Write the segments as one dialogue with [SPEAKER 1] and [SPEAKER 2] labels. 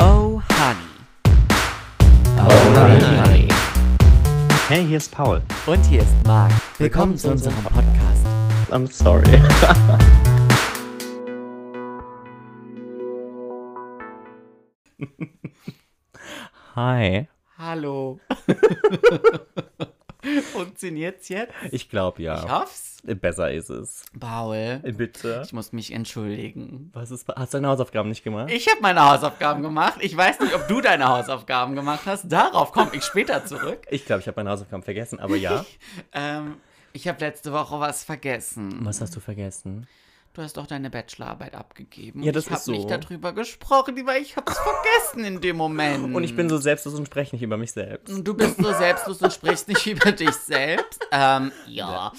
[SPEAKER 1] Oh, Honey.
[SPEAKER 2] Oh,
[SPEAKER 3] Alright, honey.
[SPEAKER 2] Hey, hier ist Paul.
[SPEAKER 1] Und hier ist Marc. Willkommen zu unserem Podcast.
[SPEAKER 2] I'm sorry. Hi.
[SPEAKER 1] Hallo. Funktioniert's jetzt?
[SPEAKER 2] Ich glaube
[SPEAKER 1] Ich
[SPEAKER 2] ja. Äh.
[SPEAKER 1] hoff's.
[SPEAKER 2] Besser ist es.
[SPEAKER 1] Paul,
[SPEAKER 2] Bitte.
[SPEAKER 1] ich muss mich entschuldigen.
[SPEAKER 2] Was ist, hast du deine Hausaufgaben nicht gemacht?
[SPEAKER 1] Ich habe meine Hausaufgaben gemacht. Ich weiß nicht, ob du deine Hausaufgaben gemacht hast. Darauf komme ich später zurück.
[SPEAKER 2] Ich glaube, ich habe meine Hausaufgaben vergessen, aber ja.
[SPEAKER 1] Ähm, ich habe letzte Woche was vergessen.
[SPEAKER 2] Was hast du vergessen?
[SPEAKER 1] Du hast doch deine Bachelorarbeit abgegeben.
[SPEAKER 2] Ja, das
[SPEAKER 1] ich habe
[SPEAKER 2] ist so.
[SPEAKER 1] nicht darüber gesprochen, weil ich hab's vergessen in dem Moment.
[SPEAKER 2] Und ich bin so selbstlos und spreche nicht über mich selbst.
[SPEAKER 1] Du bist so selbstlos und sprichst nicht über dich selbst. Ähm, ja.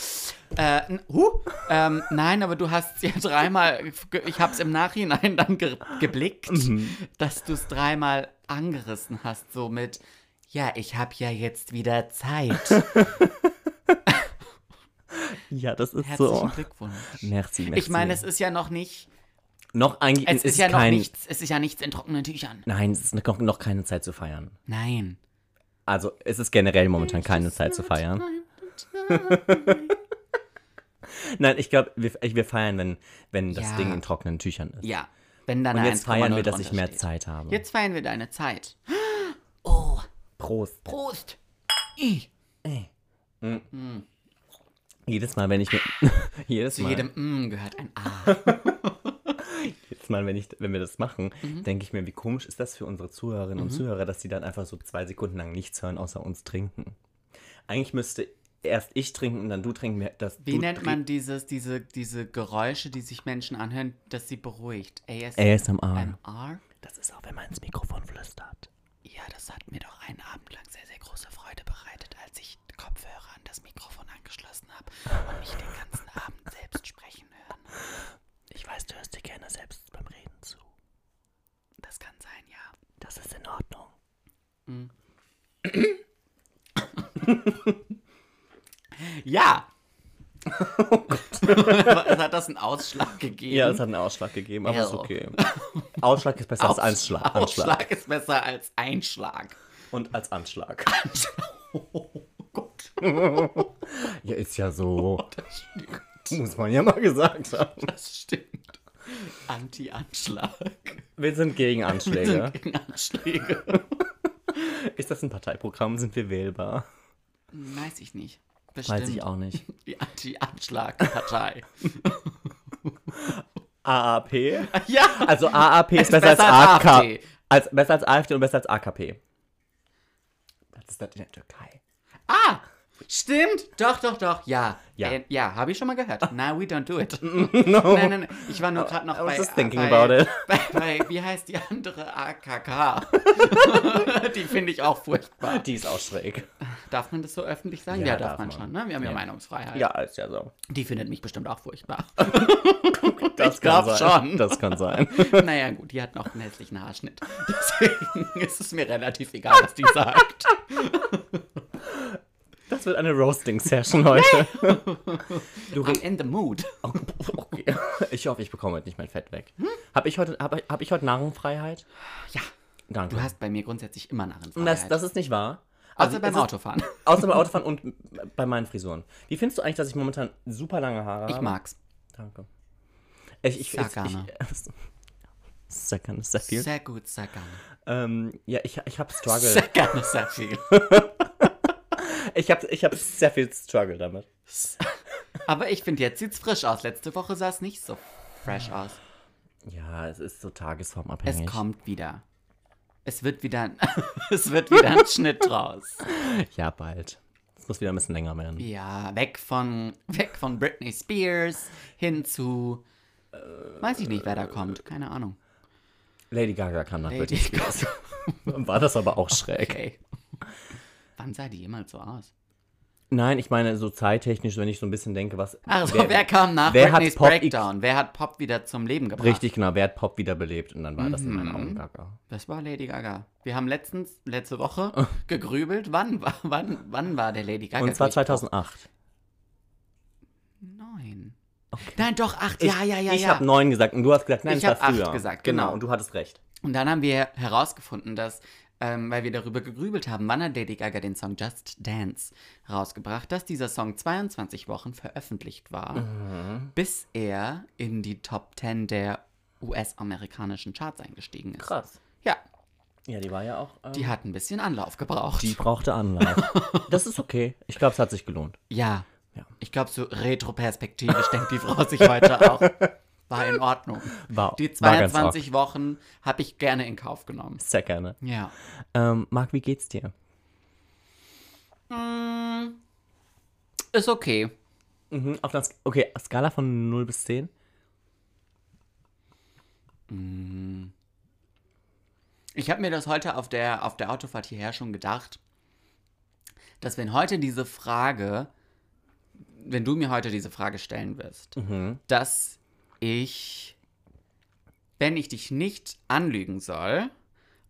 [SPEAKER 1] Äh, n- huh? ähm, nein, aber du hast ja dreimal, ge- ich hab's im Nachhinein dann ge geblickt,
[SPEAKER 2] Mhm.
[SPEAKER 1] dass du es dreimal angerissen hast, so mit, ja, ich hab ja jetzt wieder Zeit.
[SPEAKER 2] Ja, das ist
[SPEAKER 1] Herzlichen Glückwunsch.
[SPEAKER 2] Merci, merci.
[SPEAKER 1] Ich meine, es ist ja noch nicht,
[SPEAKER 2] noch eigentlich
[SPEAKER 1] es,
[SPEAKER 2] es
[SPEAKER 1] ist, ja
[SPEAKER 2] kein,
[SPEAKER 1] noch nichts, es ist ja nichts in trockenen Tüchern.
[SPEAKER 2] Nein, es ist noch, noch keine Zeit zu feiern.
[SPEAKER 1] Nein.
[SPEAKER 2] Also, es ist generell momentan keine Zeit zu feiern. Nein, ich glaube, wir, ich- wir feiern, wenn, wenn das
[SPEAKER 1] Ja.
[SPEAKER 2] Ding in trockenen Tüchern ist.
[SPEAKER 1] Ja, wenn dann
[SPEAKER 2] Und
[SPEAKER 1] eine
[SPEAKER 2] jetzt feiern
[SPEAKER 1] 1,0
[SPEAKER 2] wir, dass ich mehr
[SPEAKER 1] drunter steht.
[SPEAKER 2] Zeit habe.
[SPEAKER 1] Jetzt feiern wir deine Zeit. Oh.
[SPEAKER 2] Prost.
[SPEAKER 1] Prost! I.
[SPEAKER 2] Jedes Mal, wenn ich mir, jedes,
[SPEAKER 1] Ah. Zu
[SPEAKER 2] Mal,
[SPEAKER 1] jedem M gehört ein A.
[SPEAKER 2] jedes Mal, wenn ich, wenn wir das machen,
[SPEAKER 1] Mhm.
[SPEAKER 2] denke ich mir, wie komisch ist das für unsere Zuhörerinnen und Zuhörer, dass sie dann einfach so zwei Sekunden lang nichts hören, außer uns trinken. Eigentlich müsste erst ich trinken und dann du trinken. mir- Dass
[SPEAKER 1] Wie
[SPEAKER 2] du
[SPEAKER 1] nennt man dieses, diese, diese Geräusche, die sich Menschen anhören, dass sie beruhigt? AS
[SPEAKER 2] ASMR.
[SPEAKER 1] ASMR?
[SPEAKER 2] Das ist auch, wenn man ins Mikrofon flüstert.
[SPEAKER 1] Ja, das hat mir doch einen Abend lang sehr, sehr große Freude bereitet, als ich Kopfhörer an das Mikrofon angeschlossen habe und mich den ganzen Abend selbst sprechen hören.
[SPEAKER 2] Ich weiß, du hörst dir gerne selbst beim Reden zu.
[SPEAKER 1] Das kann sein, ja.
[SPEAKER 2] Das ist in Ordnung.
[SPEAKER 1] Mhm. Ja! Was hat das einen Ausschlag gegeben?
[SPEAKER 2] Ja, es hat einen Ausschlag gegeben, aber
[SPEAKER 1] Ja.
[SPEAKER 2] ist okay. Mhm. Ausschlag ist besser als Anschlag. Anschlag.
[SPEAKER 1] Ausschlag ist besser als Einschlag.
[SPEAKER 2] Und als Anschlag.
[SPEAKER 1] Oh Gott.
[SPEAKER 2] Ja, ist ja so. Muss man ja mal gesagt haben.
[SPEAKER 1] Das stimmt. Anti-Anschlag.
[SPEAKER 2] Wir sind gegen Anschläge.
[SPEAKER 1] Sind gegen Anschläge.
[SPEAKER 2] Ist das ein Parteiprogramm? Sind wir wählbar?
[SPEAKER 1] Weiß ich nicht. Bestimmt.
[SPEAKER 2] Weiß ich auch nicht.
[SPEAKER 1] Die Anti-Anschlag-Partei.
[SPEAKER 2] AAP?
[SPEAKER 1] ja,
[SPEAKER 2] Also AAP ist,
[SPEAKER 1] Ist
[SPEAKER 2] besser,
[SPEAKER 1] besser
[SPEAKER 2] als,
[SPEAKER 1] als
[SPEAKER 2] AFD.
[SPEAKER 1] AfD.
[SPEAKER 2] Als, besser als AfD und besser als AKP. Was ist das in der Türkei?
[SPEAKER 1] ah, stimmt. Doch, doch, doch. Ja.
[SPEAKER 2] Ja.
[SPEAKER 1] Äh, ja, habe ich schon mal gehört. No, we don't do it. Nein, nein, nein. Ich war nur gerade noch
[SPEAKER 2] I was
[SPEAKER 1] bei, äh,
[SPEAKER 2] just thinking
[SPEAKER 1] bei,
[SPEAKER 2] about it.
[SPEAKER 1] Bei, bei, wie heißt die andere AKK? die finde ich auch furchtbar.
[SPEAKER 2] Die ist auch schräg.
[SPEAKER 1] Darf man das so öffentlich sagen? Ja,
[SPEAKER 2] Ja,
[SPEAKER 1] darf,
[SPEAKER 2] darf
[SPEAKER 1] man
[SPEAKER 2] man.
[SPEAKER 1] schon. Ne? Wir haben ja,
[SPEAKER 2] Ja.
[SPEAKER 1] Meinungsfreiheit.
[SPEAKER 2] Ja, ist ja so.
[SPEAKER 1] Die findet mich bestimmt auch furchtbar.
[SPEAKER 2] Das
[SPEAKER 1] Ich glaub
[SPEAKER 2] sein.
[SPEAKER 1] schon.
[SPEAKER 2] Das kann sein.
[SPEAKER 1] Naja, gut, die hat noch einen hässlichen Haarschnitt. Deswegen ist es mir relativ egal, was die sagt.
[SPEAKER 2] Das wird eine Roasting-Session heute.
[SPEAKER 1] I'm in the mood.
[SPEAKER 2] Okay. Ich hoffe, ich bekomme heute nicht mein Fett weg.
[SPEAKER 1] Hm?
[SPEAKER 2] Habe ich, heute- hab, hab ich heute Nahrungsfreiheit?
[SPEAKER 1] Ja,
[SPEAKER 2] Danke.
[SPEAKER 1] du hast bei mir grundsätzlich immer Narrenfreiheit.
[SPEAKER 2] das, das ist nicht wahr.
[SPEAKER 1] Außer
[SPEAKER 2] Also
[SPEAKER 1] beim
[SPEAKER 2] es ist-
[SPEAKER 1] Autofahren.
[SPEAKER 2] Außer beim Autofahren und bei meinen Frisuren. Wie findest du eigentlich, dass ich momentan super lange Haare habe?
[SPEAKER 1] Ich mag's.
[SPEAKER 2] Danke. Ich, ich,
[SPEAKER 1] Sehr
[SPEAKER 2] ich,
[SPEAKER 1] gerne.
[SPEAKER 2] Ich, sehr gerne, sehr viel.
[SPEAKER 1] Sehr gut, sehr gerne.
[SPEAKER 2] ähm, ja, ich, ich habe Struggle.
[SPEAKER 1] Sehr gerne, sehr viel.
[SPEAKER 2] Ich habe ich hab sehr viel Struggle damit.
[SPEAKER 1] Aber ich finde, jetzt sieht's frisch aus. Letzte Woche sah es nicht so fresh aus.
[SPEAKER 2] Ja, es ist so
[SPEAKER 1] Es
[SPEAKER 2] tagesformabhängig.
[SPEAKER 1] kommt wieder. Es wird wieder, es wird wieder ein Schnitt draus.
[SPEAKER 2] Ja, bald. Es muss wieder ein bisschen länger werden.
[SPEAKER 1] Ja, weg von, weg von Britney Spears hin zu, weiß ich nicht, wer da kommt. Keine Ahnung.
[SPEAKER 2] Lady Gaga kam nach
[SPEAKER 1] Lady
[SPEAKER 2] Äh, Britney Spears. War das aber auch schräg.
[SPEAKER 1] Okay. Wann sah die jemals so aus?
[SPEAKER 2] Nein, ich meine so zeittechnisch, wenn ich so ein bisschen denke, was.
[SPEAKER 1] Also, wer, kam nach
[SPEAKER 2] wer hat
[SPEAKER 1] Britney's
[SPEAKER 2] Pop-
[SPEAKER 1] Breakdown? Wer hat Pop wieder zum Leben gebracht?
[SPEAKER 2] Richtig, genau, wer hat Pop wiederbelebt? Und dann war das in meinen Augen Mhm. Gaga.
[SPEAKER 1] Das war Lady Gaga. Wir haben letztens, letzte Woche gegrübelt, wann, war- wann, wann war der Lady Gaga?
[SPEAKER 2] Oh. Und zwar
[SPEAKER 1] Durchbruch?
[SPEAKER 2] 2008.
[SPEAKER 1] Nein. Nein, doch, acht. ja, ja, ja,
[SPEAKER 2] ich
[SPEAKER 1] ja.
[SPEAKER 2] habe neun gesagt und du hast gesagt, nein,
[SPEAKER 1] Ich
[SPEAKER 2] es war
[SPEAKER 1] hab acht
[SPEAKER 2] früher.
[SPEAKER 1] gesagt,
[SPEAKER 2] genau.
[SPEAKER 1] genau.
[SPEAKER 2] und du hattest recht.
[SPEAKER 1] Und dann haben wir herausgefunden, dass, ähm, weil wir darüber gegrübelt haben, wann hat Lady Gaga den Song Just Dance rausgebracht, dass dieser Song 22 Wochen veröffentlicht war,
[SPEAKER 2] Mhm.
[SPEAKER 1] bis er in die Top 10 der US-amerikanischen Charts eingestiegen ist.
[SPEAKER 2] Krass.
[SPEAKER 1] Ja,
[SPEAKER 2] Ja, die war ja auch. Ähm,
[SPEAKER 1] die hat ein bisschen Anlauf gebraucht.
[SPEAKER 2] die brauchte Anlauf. das ist okay. Ich glaube, es hat sich gelohnt.
[SPEAKER 1] Ja.
[SPEAKER 2] Ja.
[SPEAKER 1] Ich glaube, so retroperspektivisch denkt die Frau sich heute auch. War in Ordnung.
[SPEAKER 2] War-
[SPEAKER 1] Die
[SPEAKER 2] war ganz
[SPEAKER 1] 22 Wochen habe ich gerne in Kauf genommen.
[SPEAKER 2] Sehr gerne.
[SPEAKER 1] Ja.
[SPEAKER 2] Ähm, Marc, wie geht's dir?
[SPEAKER 1] Ist okay.
[SPEAKER 2] Mhm, auf einer Sk- okay, Skala von 0 bis 10?
[SPEAKER 1] Ich habe mir das heute auf der, auf der Autofahrt hierher schon gedacht, dass wenn heute diese Frage, wenn du mir heute diese Frage stellen wirst,
[SPEAKER 2] Mhm.
[SPEAKER 1] dass ich, wenn ich dich nicht anlügen soll,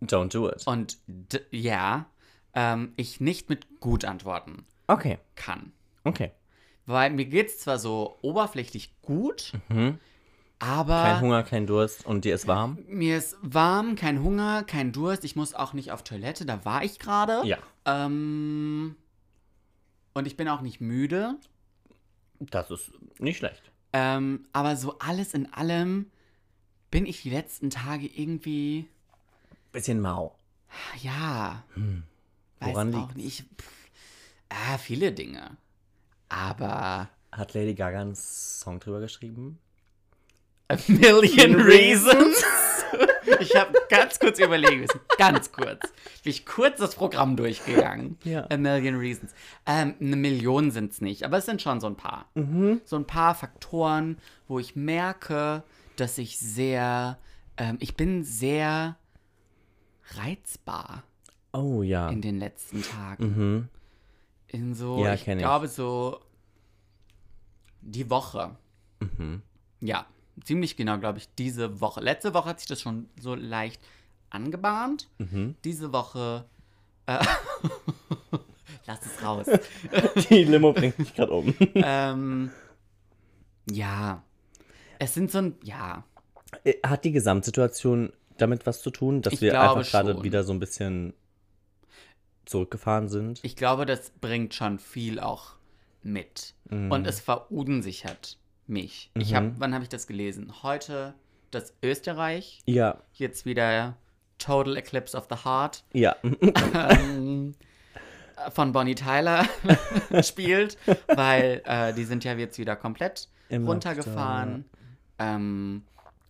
[SPEAKER 2] Don't do it.
[SPEAKER 1] und d- ja, ähm, ich nicht mit gut antworten
[SPEAKER 2] Okay,
[SPEAKER 1] kann.
[SPEAKER 2] okay.
[SPEAKER 1] Weil mir geht's zwar so oberflächlich gut,
[SPEAKER 2] Mhm. Kein
[SPEAKER 1] aber
[SPEAKER 2] Hunger, kein Durst und dir ist warm?
[SPEAKER 1] mir ist warm, kein Hunger, kein Durst. Ich muss auch nicht auf Toilette, da war ich gerade.
[SPEAKER 2] Ja,
[SPEAKER 1] Ähm, und ich bin auch nicht müde.
[SPEAKER 2] das ist nicht schlecht.
[SPEAKER 1] Ähm, aber so alles in allem bin ich die letzten Tage irgendwie,
[SPEAKER 2] Bisschen mau.
[SPEAKER 1] ja, weiß
[SPEAKER 2] Woran
[SPEAKER 1] auch
[SPEAKER 2] liegt's?
[SPEAKER 1] nicht. Pff, ah, viele Dinge. Aber
[SPEAKER 2] Hat Lady Gaga einen Song drüber geschrieben?
[SPEAKER 1] A Million Reasons. Ich habe ganz kurz überlegen müssen. Ganz kurz. Bin ich kurz das Programm durchgegangen.
[SPEAKER 2] Ja.
[SPEAKER 1] A Million Reasons. Ähm, eine Million sind es nicht, aber es sind schon so ein paar. So ein paar Faktoren, wo ich merke, dass ich sehr, ähm, ich bin sehr reizbar
[SPEAKER 2] Oh ja.
[SPEAKER 1] in den letzten Tagen.
[SPEAKER 2] Mhm.
[SPEAKER 1] In so,
[SPEAKER 2] Ja,
[SPEAKER 1] ich
[SPEAKER 2] kenn ich.
[SPEAKER 1] glaube, so die Woche.
[SPEAKER 2] Mhm.
[SPEAKER 1] Ja, ziemlich genau, glaube ich, diese Woche. Letzte Woche hat sich das schon so leicht angebahnt. Diese Woche. Äh, lass es raus.
[SPEAKER 2] Die Limo bringt mich gerade um.
[SPEAKER 1] ähm, ja. Es sind so ein. Ja.
[SPEAKER 2] Äh, Hat die Gesamtsituation damit was zu tun, dass
[SPEAKER 1] Ich
[SPEAKER 2] wir
[SPEAKER 1] glaube
[SPEAKER 2] einfach gerade
[SPEAKER 1] schon.
[SPEAKER 2] wieder so ein bisschen zurückgefahren sind?
[SPEAKER 1] Ich glaube, das bringt schon viel auch mit. Und es verunsichert mich. Ich habe, wann habe ich das gelesen? Heute, dass Österreich
[SPEAKER 2] ja,
[SPEAKER 1] jetzt wieder Total Eclipse of the Heart
[SPEAKER 2] ja.
[SPEAKER 1] ähm, von Bonnie Tyler spielt, weil äh, die sind ja jetzt wieder komplett
[SPEAKER 2] Im
[SPEAKER 1] runtergefahren. Ähm,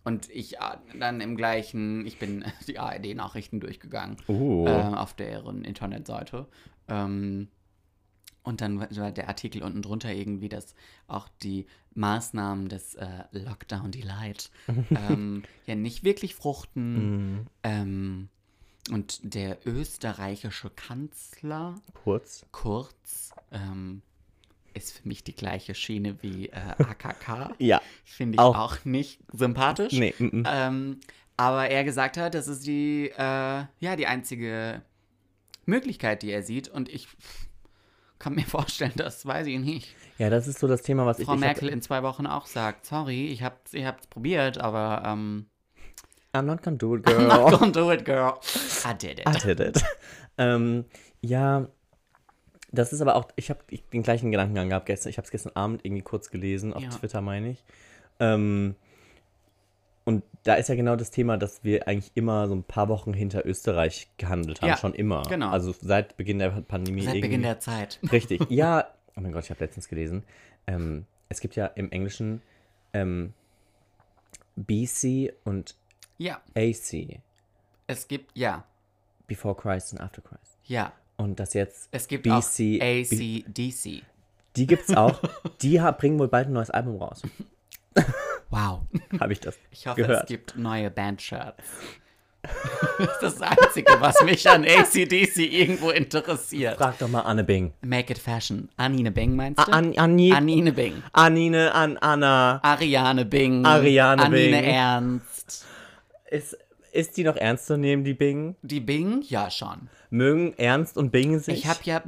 [SPEAKER 1] und ich äh, dann im gleichen, ich bin die ARD-Nachrichten durchgegangen
[SPEAKER 2] Oh.
[SPEAKER 1] äh, auf deren Internetseite. Ähm, und dann war der Artikel unten drunter irgendwie, dass auch die Maßnahmen des äh, Lockdown Delight ähm, ja nicht wirklich fruchten.
[SPEAKER 2] Mhm.
[SPEAKER 1] Ähm, und der österreichische Kanzler
[SPEAKER 2] Kurz.
[SPEAKER 1] Kurz ähm, ist für mich die gleiche Schiene wie äh, AKK.
[SPEAKER 2] Ja.
[SPEAKER 1] Finde ich auch.
[SPEAKER 2] Auch.
[SPEAKER 1] nicht sympathisch.
[SPEAKER 2] Nee, mhm.
[SPEAKER 1] Ähm, aber er gesagt hat, das ist die, äh, ja, die einzige Möglichkeit, die er sieht. Und ich pff, kann mir vorstellen, das weiß ich nicht.
[SPEAKER 2] Ja, das ist so das Thema, was ich.
[SPEAKER 1] Frau
[SPEAKER 2] ich
[SPEAKER 1] Merkel in zwei Wochen auch sagt, sorry, ich hab's, ich hab's probiert, aber ähm,
[SPEAKER 2] Hab, I'm not gonna do it,
[SPEAKER 1] not
[SPEAKER 2] girl. Ah,
[SPEAKER 1] gonna do it, girl. Ah, I did it.
[SPEAKER 2] I did it. ähm, ja, das ist aber auch. Ich habe den gleichen Gedankengang gehabt gestern. Ich habe es gestern Abend irgendwie kurz gelesen, auf
[SPEAKER 1] Ja.
[SPEAKER 2] Twitter meine ich. Ähm, und da ist ja genau das Thema, dass wir eigentlich immer so ein paar Wochen hinter Österreich gehandelt haben.
[SPEAKER 1] Ja,
[SPEAKER 2] schon immer.
[SPEAKER 1] genau.
[SPEAKER 2] Also seit Beginn der Pandemie.
[SPEAKER 1] Seit
[SPEAKER 2] irgendwie.
[SPEAKER 1] Beginn der Zeit.
[SPEAKER 2] Richtig. Ja, oh mein Gott, ich habe letztens gelesen. Ähm, es gibt ja im Englischen ähm, BC und
[SPEAKER 1] Ja,
[SPEAKER 2] AC.
[SPEAKER 1] es gibt, ja,
[SPEAKER 2] Before Christ and After Christ.
[SPEAKER 1] ja.
[SPEAKER 2] Und das jetzt.
[SPEAKER 1] Es gibt auch
[SPEAKER 2] BC, B-
[SPEAKER 1] ACDC.
[SPEAKER 2] Die gibt's auch. Die ha- bringen wohl bald ein neues Album raus.
[SPEAKER 1] Wow.
[SPEAKER 2] Habe ich das
[SPEAKER 1] Ich hoffe,
[SPEAKER 2] gehört.
[SPEAKER 1] es gibt neue Bandshirts. das ist das Einzige, was mich an ACDC irgendwo interessiert.
[SPEAKER 2] Frag doch mal Anne Bing.
[SPEAKER 1] Make it Fashion. Anine Bing meinst du?
[SPEAKER 2] An, Anni,
[SPEAKER 1] Anine Bing.
[SPEAKER 2] Anine, an, Anna.
[SPEAKER 1] Ariane Bing.
[SPEAKER 2] Ariane
[SPEAKER 1] Anine
[SPEAKER 2] Bing.
[SPEAKER 1] Ernst.
[SPEAKER 2] Ist, Ist die noch ernst zu nehmen, die Bing?
[SPEAKER 1] Die Bing, ja schon.
[SPEAKER 2] Mögen Ernst und Bing sich?
[SPEAKER 1] Ich habe ja.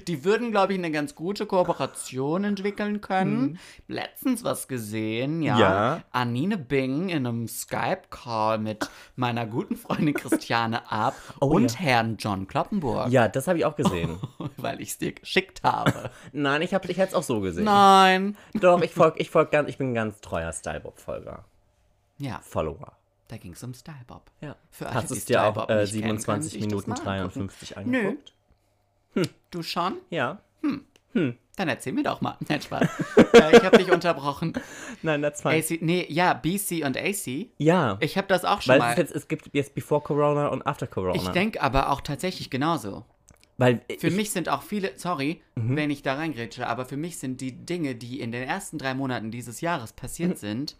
[SPEAKER 1] die würden, glaube ich, eine ganz gute Kooperation entwickeln können. Letztens was gesehen, ja.
[SPEAKER 2] Mhm. Ja.
[SPEAKER 1] Anine Bing in einem Skype-Call mit meiner guten Freundin Christiane Ab
[SPEAKER 2] Oh,
[SPEAKER 1] und
[SPEAKER 2] ja.
[SPEAKER 1] Herrn John Kloppenburg,
[SPEAKER 2] Ja, das habe ich auch gesehen.
[SPEAKER 1] weil ich es dir geschickt habe.
[SPEAKER 2] Nein, ich, hab- ich hätte es auch so gesehen.
[SPEAKER 1] Nein.
[SPEAKER 2] Doch, ich, folg, ich, folg ganz, ich bin ein ganz treuer Stylebob-Folger.
[SPEAKER 1] Ja,
[SPEAKER 2] Follower.
[SPEAKER 1] da ging es um Stylebop.
[SPEAKER 2] Ja.
[SPEAKER 1] Für alle,
[SPEAKER 2] Hast
[SPEAKER 1] die
[SPEAKER 2] du es dir auch
[SPEAKER 1] Stylebop
[SPEAKER 2] äh,
[SPEAKER 1] nicht kennen, können
[SPEAKER 2] 27
[SPEAKER 1] sich das
[SPEAKER 2] Minuten
[SPEAKER 1] mal angucken.
[SPEAKER 2] 53 angeguckt?
[SPEAKER 1] Du schon?
[SPEAKER 2] Ja.
[SPEAKER 1] Dann erzähl mir doch mal. Nein, Spaß. äh, ich habe dich unterbrochen.
[SPEAKER 2] Nein, that's fine.
[SPEAKER 1] AC, nee, ja, BC und AC.
[SPEAKER 2] ja.
[SPEAKER 1] Ich habe das auch schon
[SPEAKER 2] Weil es,
[SPEAKER 1] mal.
[SPEAKER 2] ist jetzt, es gibt jetzt Before Corona und After Corona.
[SPEAKER 1] ich denke aber auch tatsächlich genauso.
[SPEAKER 2] Weil
[SPEAKER 1] Für
[SPEAKER 2] ich, Mhm.
[SPEAKER 1] mich sind auch viele, sorry, wenn ich da reingrätsche, aber für mich sind die Dinge, die in den ersten drei Monaten dieses Jahres passiert sind,